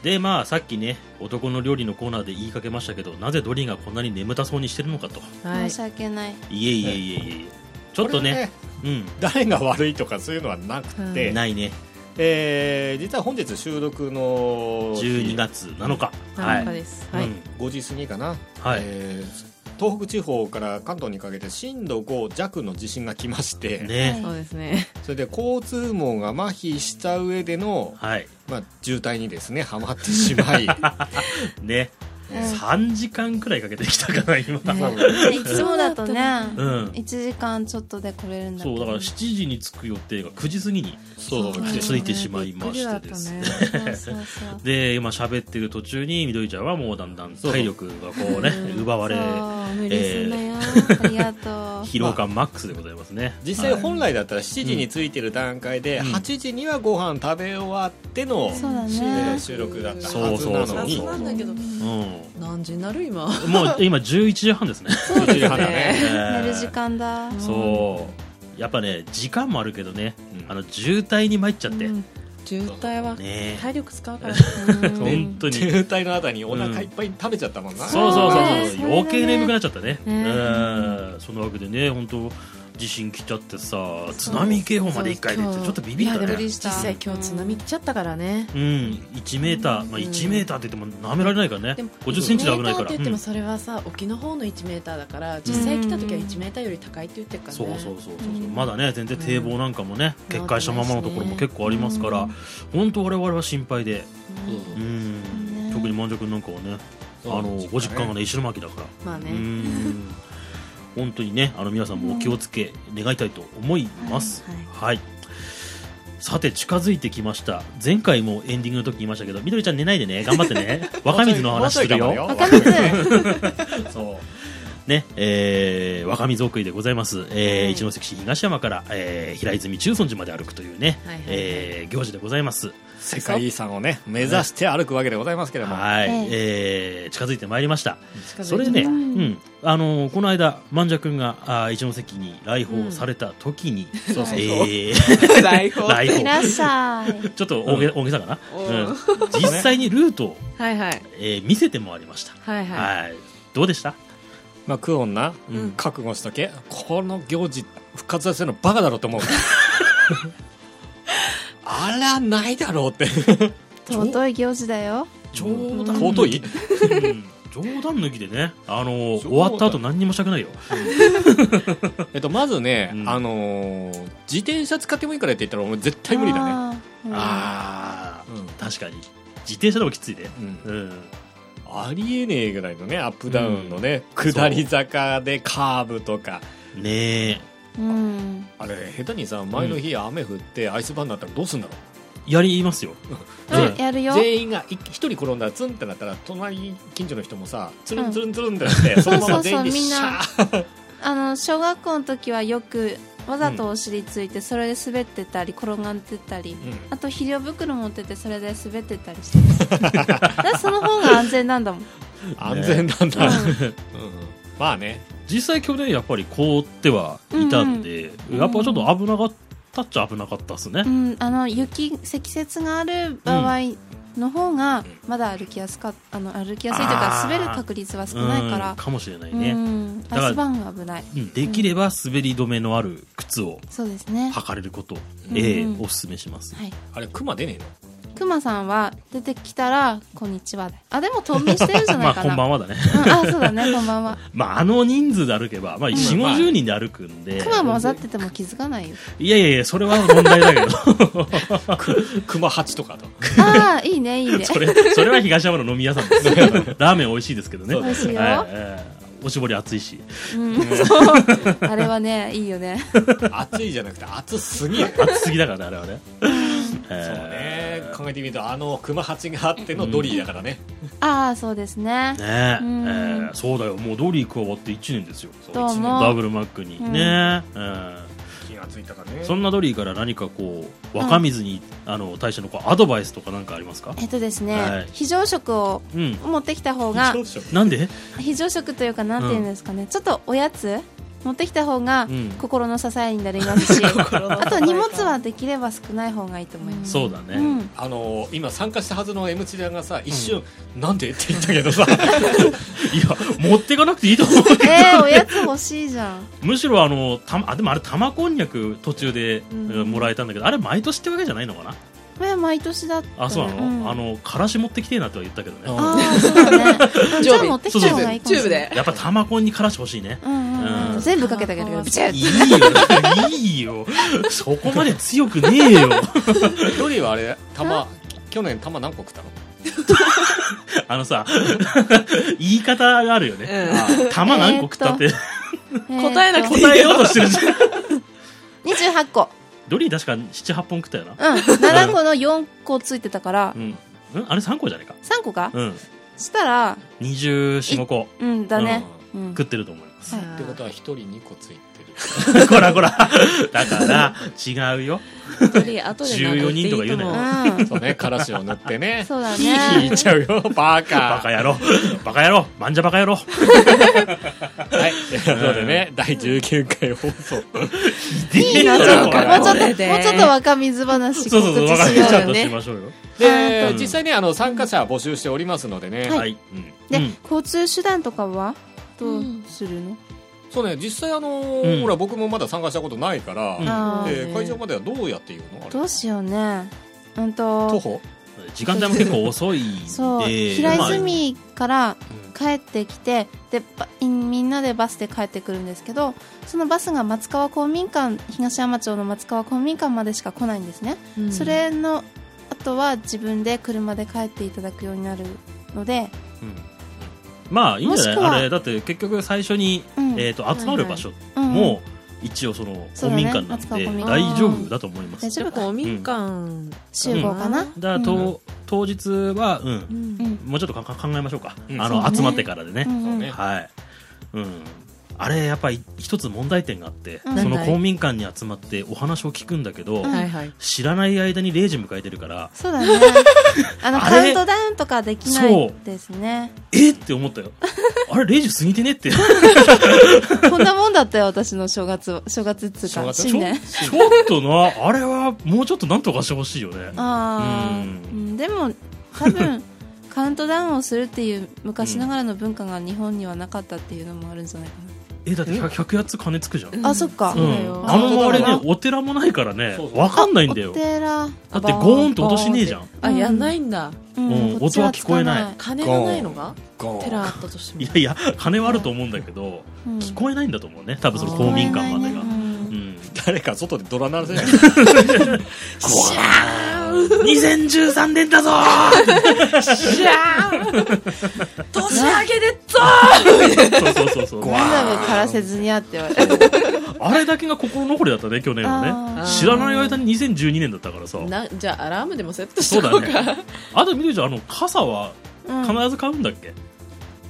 Speaker 4: でまあさっきね男の料理のコーナーで言いかけましたけどなぜドリーがこんなに眠たそうにしてるのかと
Speaker 5: はい
Speaker 6: 申し訳ない
Speaker 4: いえいえいえいえいえちょっと
Speaker 3: これ
Speaker 4: ねうん
Speaker 3: 誰が悪いとかそういうのはなくて、
Speaker 4: ないね
Speaker 3: えー実は本日収録の日
Speaker 4: 12月7日は
Speaker 6: ないんかです
Speaker 4: う
Speaker 6: はい
Speaker 4: ん
Speaker 3: 5時過ぎかな、
Speaker 4: はい
Speaker 3: えー東北地方から関東にかけて震度5弱の地震が来まして、
Speaker 4: ね
Speaker 6: そうですね
Speaker 3: それで交通網が麻痺した上での、
Speaker 4: はい
Speaker 3: まあ、渋滞にですねはまってし まい
Speaker 4: ね3時間くらいかけてきたから今
Speaker 6: いつもだとね
Speaker 4: うん
Speaker 6: 1時間ちょっとで来れるんだけ
Speaker 4: そう
Speaker 6: ど
Speaker 4: だから7時に着く予定が9時過ぎに
Speaker 3: そうそう
Speaker 4: 着
Speaker 3: 来て
Speaker 4: いてしまいましてですね
Speaker 6: そうそうそう
Speaker 4: で今喋ってる途中に緑ちゃんはもうだんだん体力がこうね奪われ
Speaker 6: そう無理すんなよありが とう
Speaker 4: 疲労感マックスでございますね
Speaker 3: 実際本来だったら7時に着いてる段階で、
Speaker 4: うん
Speaker 3: 8時にはご飯食べ終わっての、
Speaker 6: そうだ
Speaker 3: えー
Speaker 6: ね
Speaker 3: 収録だったはずな
Speaker 4: そう
Speaker 3: の
Speaker 4: そう
Speaker 3: に
Speaker 5: そうなんだけど
Speaker 4: うん
Speaker 5: 何時になる今
Speaker 4: もう今11時半ですね
Speaker 3: 7時半だね
Speaker 6: 寝る時間だ
Speaker 4: そうやっぱね時間もあるけどね、
Speaker 3: うん
Speaker 4: あの渋滞に参っちゃって、
Speaker 6: うん
Speaker 5: 渋滞は
Speaker 4: ね
Speaker 5: 体力使 うからな
Speaker 4: 本当に
Speaker 3: 渋滞のあたりにお腹いっぱいに食べちゃったもんな、
Speaker 4: そうそうそうそう、
Speaker 6: そうね
Speaker 4: 余計眠くなっちゃったね
Speaker 6: ね
Speaker 4: うんそのわけでね本当地震来ちゃってさ津波警報まで一回出て
Speaker 6: そう
Speaker 4: ちょっとビビった
Speaker 6: いやで
Speaker 4: ね
Speaker 6: も
Speaker 5: 実際今日津波来ちゃったからね
Speaker 4: うん1メーター、まあ、1メーターって言っても舐められないからね
Speaker 5: でも
Speaker 4: 50センチで危ないから
Speaker 5: 1メーターって
Speaker 4: う
Speaker 5: 言っても
Speaker 4: ん
Speaker 5: それはさ、沖の方の1メーターだから実際来た時は1メーターより高いって言ってるからね
Speaker 4: そうそうそうそう、まだね全然堤防なんかもね、決壊したままのところも結構ありますから、本当我々は心配で、うん特にもんじゃくんなんかはねあ
Speaker 3: そう
Speaker 4: のご実家がね石巻だから
Speaker 5: まあね、
Speaker 4: うん本当にねあの皆さんもお気をつけ願いたいと思います、はいさて近づいてきました前回もエンディングの時言いましたけどみどりちゃん寝ないでね頑張って ね若水の話するよ
Speaker 6: わかんない
Speaker 4: そうねえー若水奥井でございます、えー
Speaker 5: はい
Speaker 4: 一関市東山から、えー平泉中尊寺まで歩くというね、
Speaker 5: はいはいはい
Speaker 4: えー行事でございます
Speaker 3: 世界遺産をね目指して歩くわけでございますけれども、
Speaker 4: はい、
Speaker 6: え
Speaker 4: えー近づいてまいりました
Speaker 5: 近づいて
Speaker 4: それね、うんあのーこの間、万者君があー一関に来訪された時に、
Speaker 5: そうそう
Speaker 4: えー
Speaker 5: 来訪
Speaker 4: 来
Speaker 6: いらっ
Speaker 4: 訪
Speaker 6: しゃい
Speaker 4: ちょっと大げ,、大げさかな、
Speaker 5: お
Speaker 4: うん
Speaker 5: ー
Speaker 4: 実際にルートを、
Speaker 5: はいはい
Speaker 4: えー見せてもらいました、
Speaker 5: はいはい
Speaker 4: はいどうでした
Speaker 3: まあ、クオンな、覚悟しとけこの行事復活させるのバカだろうと思う あらないだろうって
Speaker 6: 尊い行事だよ
Speaker 4: 冗談
Speaker 3: 尊い
Speaker 4: 冗談抜きでね、あのー
Speaker 3: 冗談
Speaker 4: 終わった後何にもしたくないよ、
Speaker 3: えっと、まずね、
Speaker 4: うん
Speaker 3: あのー自転車使ってもいいからって言ったら俺絶対無理だね
Speaker 6: ね
Speaker 4: あー
Speaker 3: うん
Speaker 4: 確かに自転車でもきついで、
Speaker 3: うん
Speaker 4: うん
Speaker 3: ありえねえぐらいのねアップダウンのね、下り坂でカーブとか
Speaker 4: ねえ
Speaker 6: うん
Speaker 3: あれ下手にさ前の日雨降ってアイスバーンになったらどうすんだろ
Speaker 4: やりますよ、
Speaker 6: うんやる
Speaker 3: う、
Speaker 6: よ
Speaker 3: 全員がい一人転んだらツンってなったら隣近所の人もさツルンツルンツルンってなって、 そのまま全員で
Speaker 6: そうそうそうみん
Speaker 3: シ
Speaker 6: な
Speaker 3: ャー
Speaker 6: あの小学校の時はよくわざとお尻ついてそれで滑ってたり転がってたり、
Speaker 3: ん
Speaker 6: あと肥料袋持っててそれで滑ってたりして ますだからその方が安全なんだもん、
Speaker 3: 安全なんだ、うんうんまあね
Speaker 4: 実際去年やっぱり凍ってはいたんで、やっぱちょっと危なかったっちゃ危なかったっすね
Speaker 6: う、ん、あの雪積雪がある場合の方がまだ歩きやすかあの歩きやすいという
Speaker 4: あ
Speaker 6: か
Speaker 4: ー
Speaker 6: 滑る確率は少ないか
Speaker 4: うん
Speaker 6: ら
Speaker 4: かもしれないうね、うん
Speaker 6: ん
Speaker 4: だから
Speaker 6: アイスバーンが危ない
Speaker 4: できれば滑り止めのある靴を
Speaker 6: そうですね
Speaker 4: 履かれることを、
Speaker 6: ん
Speaker 4: ええ
Speaker 6: うん
Speaker 4: おすすめします、
Speaker 6: はい
Speaker 3: あれ熊出ねえの
Speaker 6: クマさんは出てきたら「こんにちは」あでも冬眠してるんじゃな
Speaker 4: まあ
Speaker 6: いか
Speaker 4: こん
Speaker 6: な
Speaker 4: ばんはだね、
Speaker 6: うんあそうだねこんばんは
Speaker 4: まあ、あの人数で歩けば、まあ、4 5 0人で歩くんで
Speaker 6: クマも混ざってても気づかないよ
Speaker 4: いやいやいやそれは問題だけど
Speaker 3: 熊八とかと
Speaker 6: ああいいねいい ね
Speaker 4: それそれは東山の飲み屋さんですラーメン美味しいですけどね
Speaker 3: そう
Speaker 6: 美味しいよ、
Speaker 4: はいええおしぼり熱いし
Speaker 6: うん、そうあれはねいいよね
Speaker 3: 暑いじゃなくて暑すぎる
Speaker 4: 熱すぎだからねあれは ね、ええ
Speaker 3: そうね考えてみるとあの熊八があってのドリーだからね、
Speaker 6: ああそうですね
Speaker 4: ねえ
Speaker 6: うん
Speaker 4: ーそうだよもうドリー加わって1年ですよ
Speaker 6: どうも
Speaker 4: ダブルマックに、
Speaker 6: うん
Speaker 4: ねえ、うん
Speaker 3: 気がついたかね
Speaker 4: そんなドリーから何かこう若水に、あの対してのこうアドバイスとかなんかありますか
Speaker 6: えっとですね、
Speaker 4: はい
Speaker 6: 非常食を
Speaker 4: うん
Speaker 6: 持ってきた方が
Speaker 4: なんで
Speaker 6: 非常食というかなんて言うんですかね、ちょっとおやつ持ってきた方が
Speaker 4: うん
Speaker 6: 心の支えになりますし、
Speaker 5: 心の
Speaker 6: あと荷物はできれば少ない方がいいと思います、
Speaker 4: そうだね、
Speaker 6: うん、
Speaker 3: あのー今参加したはずの M チリアがさ一瞬、なんでって言ったけ どさ
Speaker 4: いや持ってかなくていいと思う
Speaker 6: えー、おやつ欲しいじゃん
Speaker 4: むしろあのたあでもあれ玉こんにゃく途中で、
Speaker 6: うん
Speaker 4: うんもらえたんだけどあれ毎年ってわけじゃないのかな
Speaker 6: これは毎年だった
Speaker 4: あそうなの、
Speaker 6: ん
Speaker 4: あのからし持ってきてえなとは言ったけどね
Speaker 3: あ
Speaker 6: あーそうだねじゃあ持ってきた方がいいか
Speaker 5: チ
Speaker 6: も
Speaker 5: ュー
Speaker 6: し
Speaker 5: ブ
Speaker 6: れない
Speaker 5: で
Speaker 4: やっぱ玉こんにからし欲しいね
Speaker 6: うんうん
Speaker 4: う
Speaker 6: うんん、全部かけてあげるからビチュッ
Speaker 4: いいよいいよそこまで強くね えよ
Speaker 3: ドリーはあれ玉去年玉何個食ったの
Speaker 4: あのさ、言い方があるよね。玉何個食ったって、
Speaker 5: 答えなくていい
Speaker 4: 答えようとしてるじゃん。
Speaker 6: 28個
Speaker 4: ドリー確か7、8本食ったよな。
Speaker 6: うん7個の4個ついてたから
Speaker 4: うん。んあれ3個じゃねえか。
Speaker 6: 3個か
Speaker 4: うん。
Speaker 6: したら
Speaker 4: 24、5個
Speaker 6: うんだねうん
Speaker 4: 食ってると思います。
Speaker 6: はい
Speaker 3: ってことは一人2個ついてる
Speaker 4: こらこら。だから、違うよ。
Speaker 5: とりあえず後で殴っていい
Speaker 4: 14人とか言うなよ
Speaker 5: 思
Speaker 6: う ん
Speaker 3: そうねからしを塗ってね
Speaker 6: そう だ
Speaker 3: 引い
Speaker 6: ね
Speaker 3: ちゃうよバカ
Speaker 4: バカ野郎。バカ野郎。まんじゃバカ野郎。
Speaker 3: はい。ということでね、第19回放送。
Speaker 6: いいな、ちょっと、
Speaker 4: これ
Speaker 6: もうちょっ
Speaker 5: これ
Speaker 6: と、
Speaker 5: で
Speaker 6: もうちょっと若水話
Speaker 4: そう
Speaker 6: 告
Speaker 4: そうそう、
Speaker 6: 知
Speaker 4: 若
Speaker 6: し
Speaker 4: 手ち
Speaker 6: よ
Speaker 4: ゃ
Speaker 6: うんよ
Speaker 4: とし
Speaker 6: ね。
Speaker 4: ましょうよ。
Speaker 3: で
Speaker 4: う、ん
Speaker 3: 実際ね、あの、参加者募集しておりますのでね。
Speaker 6: はい
Speaker 3: うん
Speaker 6: で
Speaker 4: うん、
Speaker 6: 交通手段とかはどうするの
Speaker 3: そうね、実際あのー
Speaker 4: うん
Speaker 3: ほら、僕もまだ参加したことないから、
Speaker 4: うん
Speaker 6: あー
Speaker 3: えー会場まではどうやって行くのあれ
Speaker 6: どうしようね。うん
Speaker 3: 徒
Speaker 6: と、
Speaker 3: 歩
Speaker 4: 時間帯も結構遅いんで、
Speaker 6: そう、平泉から帰ってきて、で、ばみんなでバスで帰ってくるんですけど、そのバスが松川公民館、東山町の松川公民館までしか来ないんですね。それのあとは自分で車で帰っていただくようになるので、
Speaker 4: まあいいんじゃ
Speaker 6: もしく
Speaker 4: ない
Speaker 6: は
Speaker 4: あれだって結局最初に、
Speaker 6: うん
Speaker 4: えー、と集まる場所
Speaker 6: うん
Speaker 4: も一応その
Speaker 6: そう
Speaker 4: 公
Speaker 6: だね
Speaker 4: 民館なん
Speaker 6: 松川
Speaker 4: で
Speaker 6: 公民
Speaker 4: 大
Speaker 5: 館
Speaker 4: 丈夫だと思いま
Speaker 6: 大
Speaker 4: す
Speaker 6: 丈夫か
Speaker 5: 公民館
Speaker 6: 集合か
Speaker 4: だ
Speaker 6: な、
Speaker 4: から
Speaker 6: うん
Speaker 4: と当日は、う、
Speaker 5: うんん
Speaker 6: うん
Speaker 4: もうちょっとかか考えましょうか、
Speaker 3: うん
Speaker 4: あ
Speaker 6: そうだ
Speaker 4: の
Speaker 6: ね
Speaker 4: 集まってからでね、
Speaker 6: うんうん
Speaker 3: ね
Speaker 4: はい、うん、あれやっぱり一つ問題点があって、
Speaker 6: うん
Speaker 4: その公民館に集まってお話を聞くんだけど、
Speaker 6: うん
Speaker 5: はいはい
Speaker 4: 知らない間に0時迎えてるから
Speaker 6: そうだね あの
Speaker 4: あ
Speaker 6: カウ
Speaker 4: れ
Speaker 6: ントダウンとかできな
Speaker 4: そ
Speaker 6: いうですね
Speaker 4: えっって思ったよあれ0時過ぎてねって
Speaker 6: こんなもんだったよ私の正月は正月っつう
Speaker 3: 正
Speaker 6: か
Speaker 3: 月
Speaker 6: 新年
Speaker 4: ちょっとなあれはもうちょっとなんとかしてほしいよね
Speaker 6: ああ、う
Speaker 4: うん
Speaker 6: ん、でも 多分カウントダウンをするっていう昔ながらの文化が日本にはなかったっていうのもあるんじゃないか
Speaker 4: えだって 100, 100やつ金つくじゃん、
Speaker 6: な、あそっ
Speaker 4: う
Speaker 6: か、
Speaker 4: ん
Speaker 6: そうだよ
Speaker 4: あの周りねお寺もないからね
Speaker 3: そうそう
Speaker 4: わかんないんだよ
Speaker 6: お寺
Speaker 4: だってゴーンと音しねえじゃん
Speaker 5: あやんないんだ
Speaker 6: うん
Speaker 4: うん音は聞こえない
Speaker 5: 金がないのが
Speaker 3: ゴ
Speaker 5: テ
Speaker 3: ーン
Speaker 5: ラあったとしても
Speaker 4: いやいや金はあると思うんだけど、
Speaker 6: うん
Speaker 4: 聞こえないんだと思うね多分その公民館までが、うん、
Speaker 3: 誰か外でドラ鳴ら せない
Speaker 4: 2013年だぞ
Speaker 5: 年明けでっぞ
Speaker 4: そうそうそうそう
Speaker 6: ガンダム枯らせずにあって言われてる
Speaker 4: あれだけが心残りだったね去年は
Speaker 6: あ
Speaker 4: ね
Speaker 5: ー
Speaker 4: 知らない間に2012年だったからさ
Speaker 5: なじゃあアラームでもセットし
Speaker 4: そう
Speaker 5: とこ
Speaker 4: だ
Speaker 5: うか
Speaker 4: ねあとみどりちゃんあの傘は
Speaker 6: うん
Speaker 4: 必ず買うんだっけ、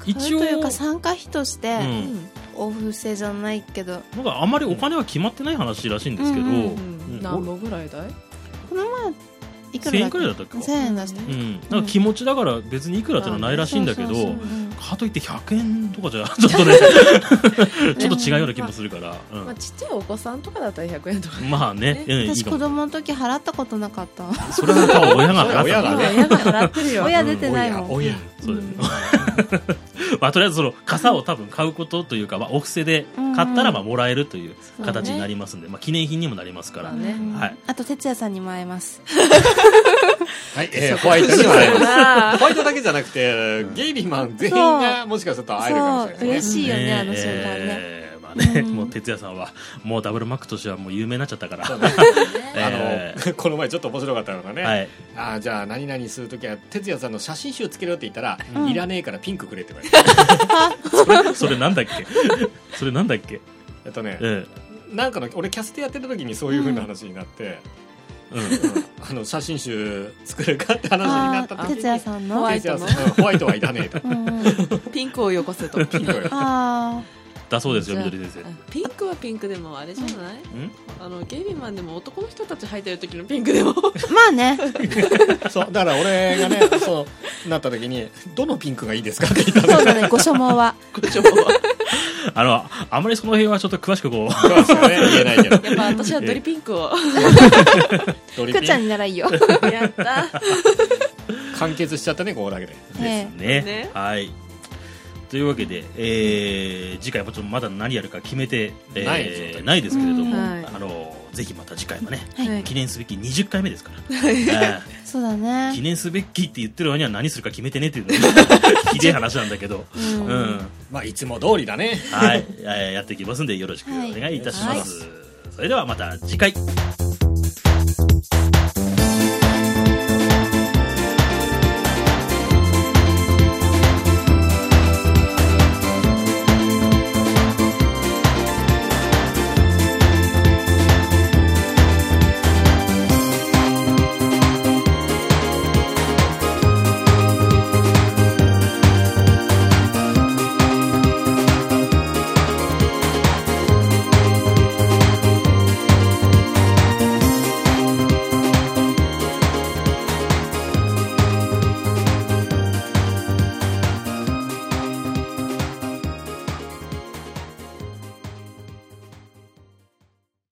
Speaker 4: 一応
Speaker 6: というか参加費として
Speaker 4: うん
Speaker 6: お布施じゃないけど、
Speaker 4: なんかあんまりお金は決まってない話らしいんですけど、
Speaker 6: うんう
Speaker 5: う
Speaker 6: ん
Speaker 4: うんん
Speaker 5: 何本ぐらいだい
Speaker 6: この前いく
Speaker 4: 1000
Speaker 6: ら
Speaker 4: 円くらいだったっけ
Speaker 6: 1000円出した
Speaker 4: うん、なんか気持ちだから別にいくらってのはないらしいんだけど、
Speaker 6: そうそうそう
Speaker 4: かといって100円とか じゃちょっとねちょっと違うような気もするから、うん
Speaker 5: まあちっちゃいお子さんとかだったら100円とか
Speaker 4: まあね、うん、いい
Speaker 6: 私
Speaker 4: か
Speaker 6: 子
Speaker 4: も
Speaker 6: 供の時払ったことなかった
Speaker 4: それはやっぱ親が払っ
Speaker 3: 親
Speaker 4: た
Speaker 3: が
Speaker 4: から
Speaker 3: ね
Speaker 5: 親が払ってるよ
Speaker 6: 親出てないもん、
Speaker 3: おや
Speaker 4: そうだよね まあ、とりあえずその傘を多分買うことというか、まあ、お布施で買ったらまあもらえるという形になりますんで、まあ、記念品にもなりますから、
Speaker 5: まあね
Speaker 4: はい、
Speaker 6: あと哲也さんにも会えます
Speaker 3: はい、えーホワイトには会えます
Speaker 5: な あ
Speaker 3: ホワイトだけじゃなくて、ゲイリーマン全員がもしかすると会えるかもしれな
Speaker 6: そ
Speaker 3: いうね。
Speaker 6: 嬉しいよねあの瞬間ね
Speaker 4: えーまあね、
Speaker 6: うん
Speaker 4: もう哲也さんはもうダブルマックとしてはもう有名になっちゃったか ら、
Speaker 3: あの、
Speaker 4: えー
Speaker 3: この前ちょっと面白かったのがね、
Speaker 4: はい、
Speaker 3: あーじゃあ何々するときは哲也さんの写真集つけろって言ったら、
Speaker 6: ん
Speaker 3: いらねえからピンクくれって言われ た
Speaker 4: それなんだっけそれなんだっけ、
Speaker 3: えっとね、
Speaker 4: え
Speaker 3: なんかの俺キャステやってた時にそういうふうな話になって、
Speaker 4: えうん
Speaker 3: あの写真集作るかって話になった
Speaker 6: あ
Speaker 3: 時に
Speaker 6: 哲也さん
Speaker 5: ホ
Speaker 6: の
Speaker 5: ワイ
Speaker 3: 哲
Speaker 5: ト
Speaker 3: 也
Speaker 5: の
Speaker 3: さんうんホワイトはいらねえと
Speaker 6: うんうん
Speaker 5: ピンクをよこせと
Speaker 3: ピンクよ
Speaker 6: あ
Speaker 4: だそうですよ
Speaker 5: じゃあ
Speaker 4: 緑先生
Speaker 5: ピンクはピンクでもあれじゃない、
Speaker 4: ん
Speaker 5: あのゲイリーマンでも男の人たち履いてる時のピンクでも
Speaker 6: ーまあね
Speaker 3: そうだから俺がねそうなった時にどのピンクがいいですかって言った
Speaker 6: そうだねご所望は
Speaker 4: あのあまりその辺はちょっと詳しくこう
Speaker 3: のですよね言えないけど
Speaker 5: やっぱ私はドリピンクを
Speaker 3: ドリ
Speaker 6: くっち
Speaker 3: ピ
Speaker 6: ゃん
Speaker 3: ン
Speaker 6: にならいいよ、
Speaker 5: やった
Speaker 3: 完結しちゃったねここだけで
Speaker 6: え
Speaker 4: ね
Speaker 5: ね
Speaker 4: はいというわけで、えー次回もちょっとまだ何やるか決めて、えー
Speaker 3: ないですよ
Speaker 4: ないですけれども、
Speaker 5: うんはい
Speaker 4: あのぜひまた次回もね、
Speaker 5: はい
Speaker 4: 記念すべき20回目ですから、え
Speaker 6: えそうだ
Speaker 4: ー記
Speaker 6: ね
Speaker 4: 念すべきって言ってる割には何するか決めてねっていうの がひでえ話なんだけど、うん
Speaker 3: まあいつも通りだね
Speaker 4: はい、えーやっていきますんでよろしくお願いいたします、それではまた次回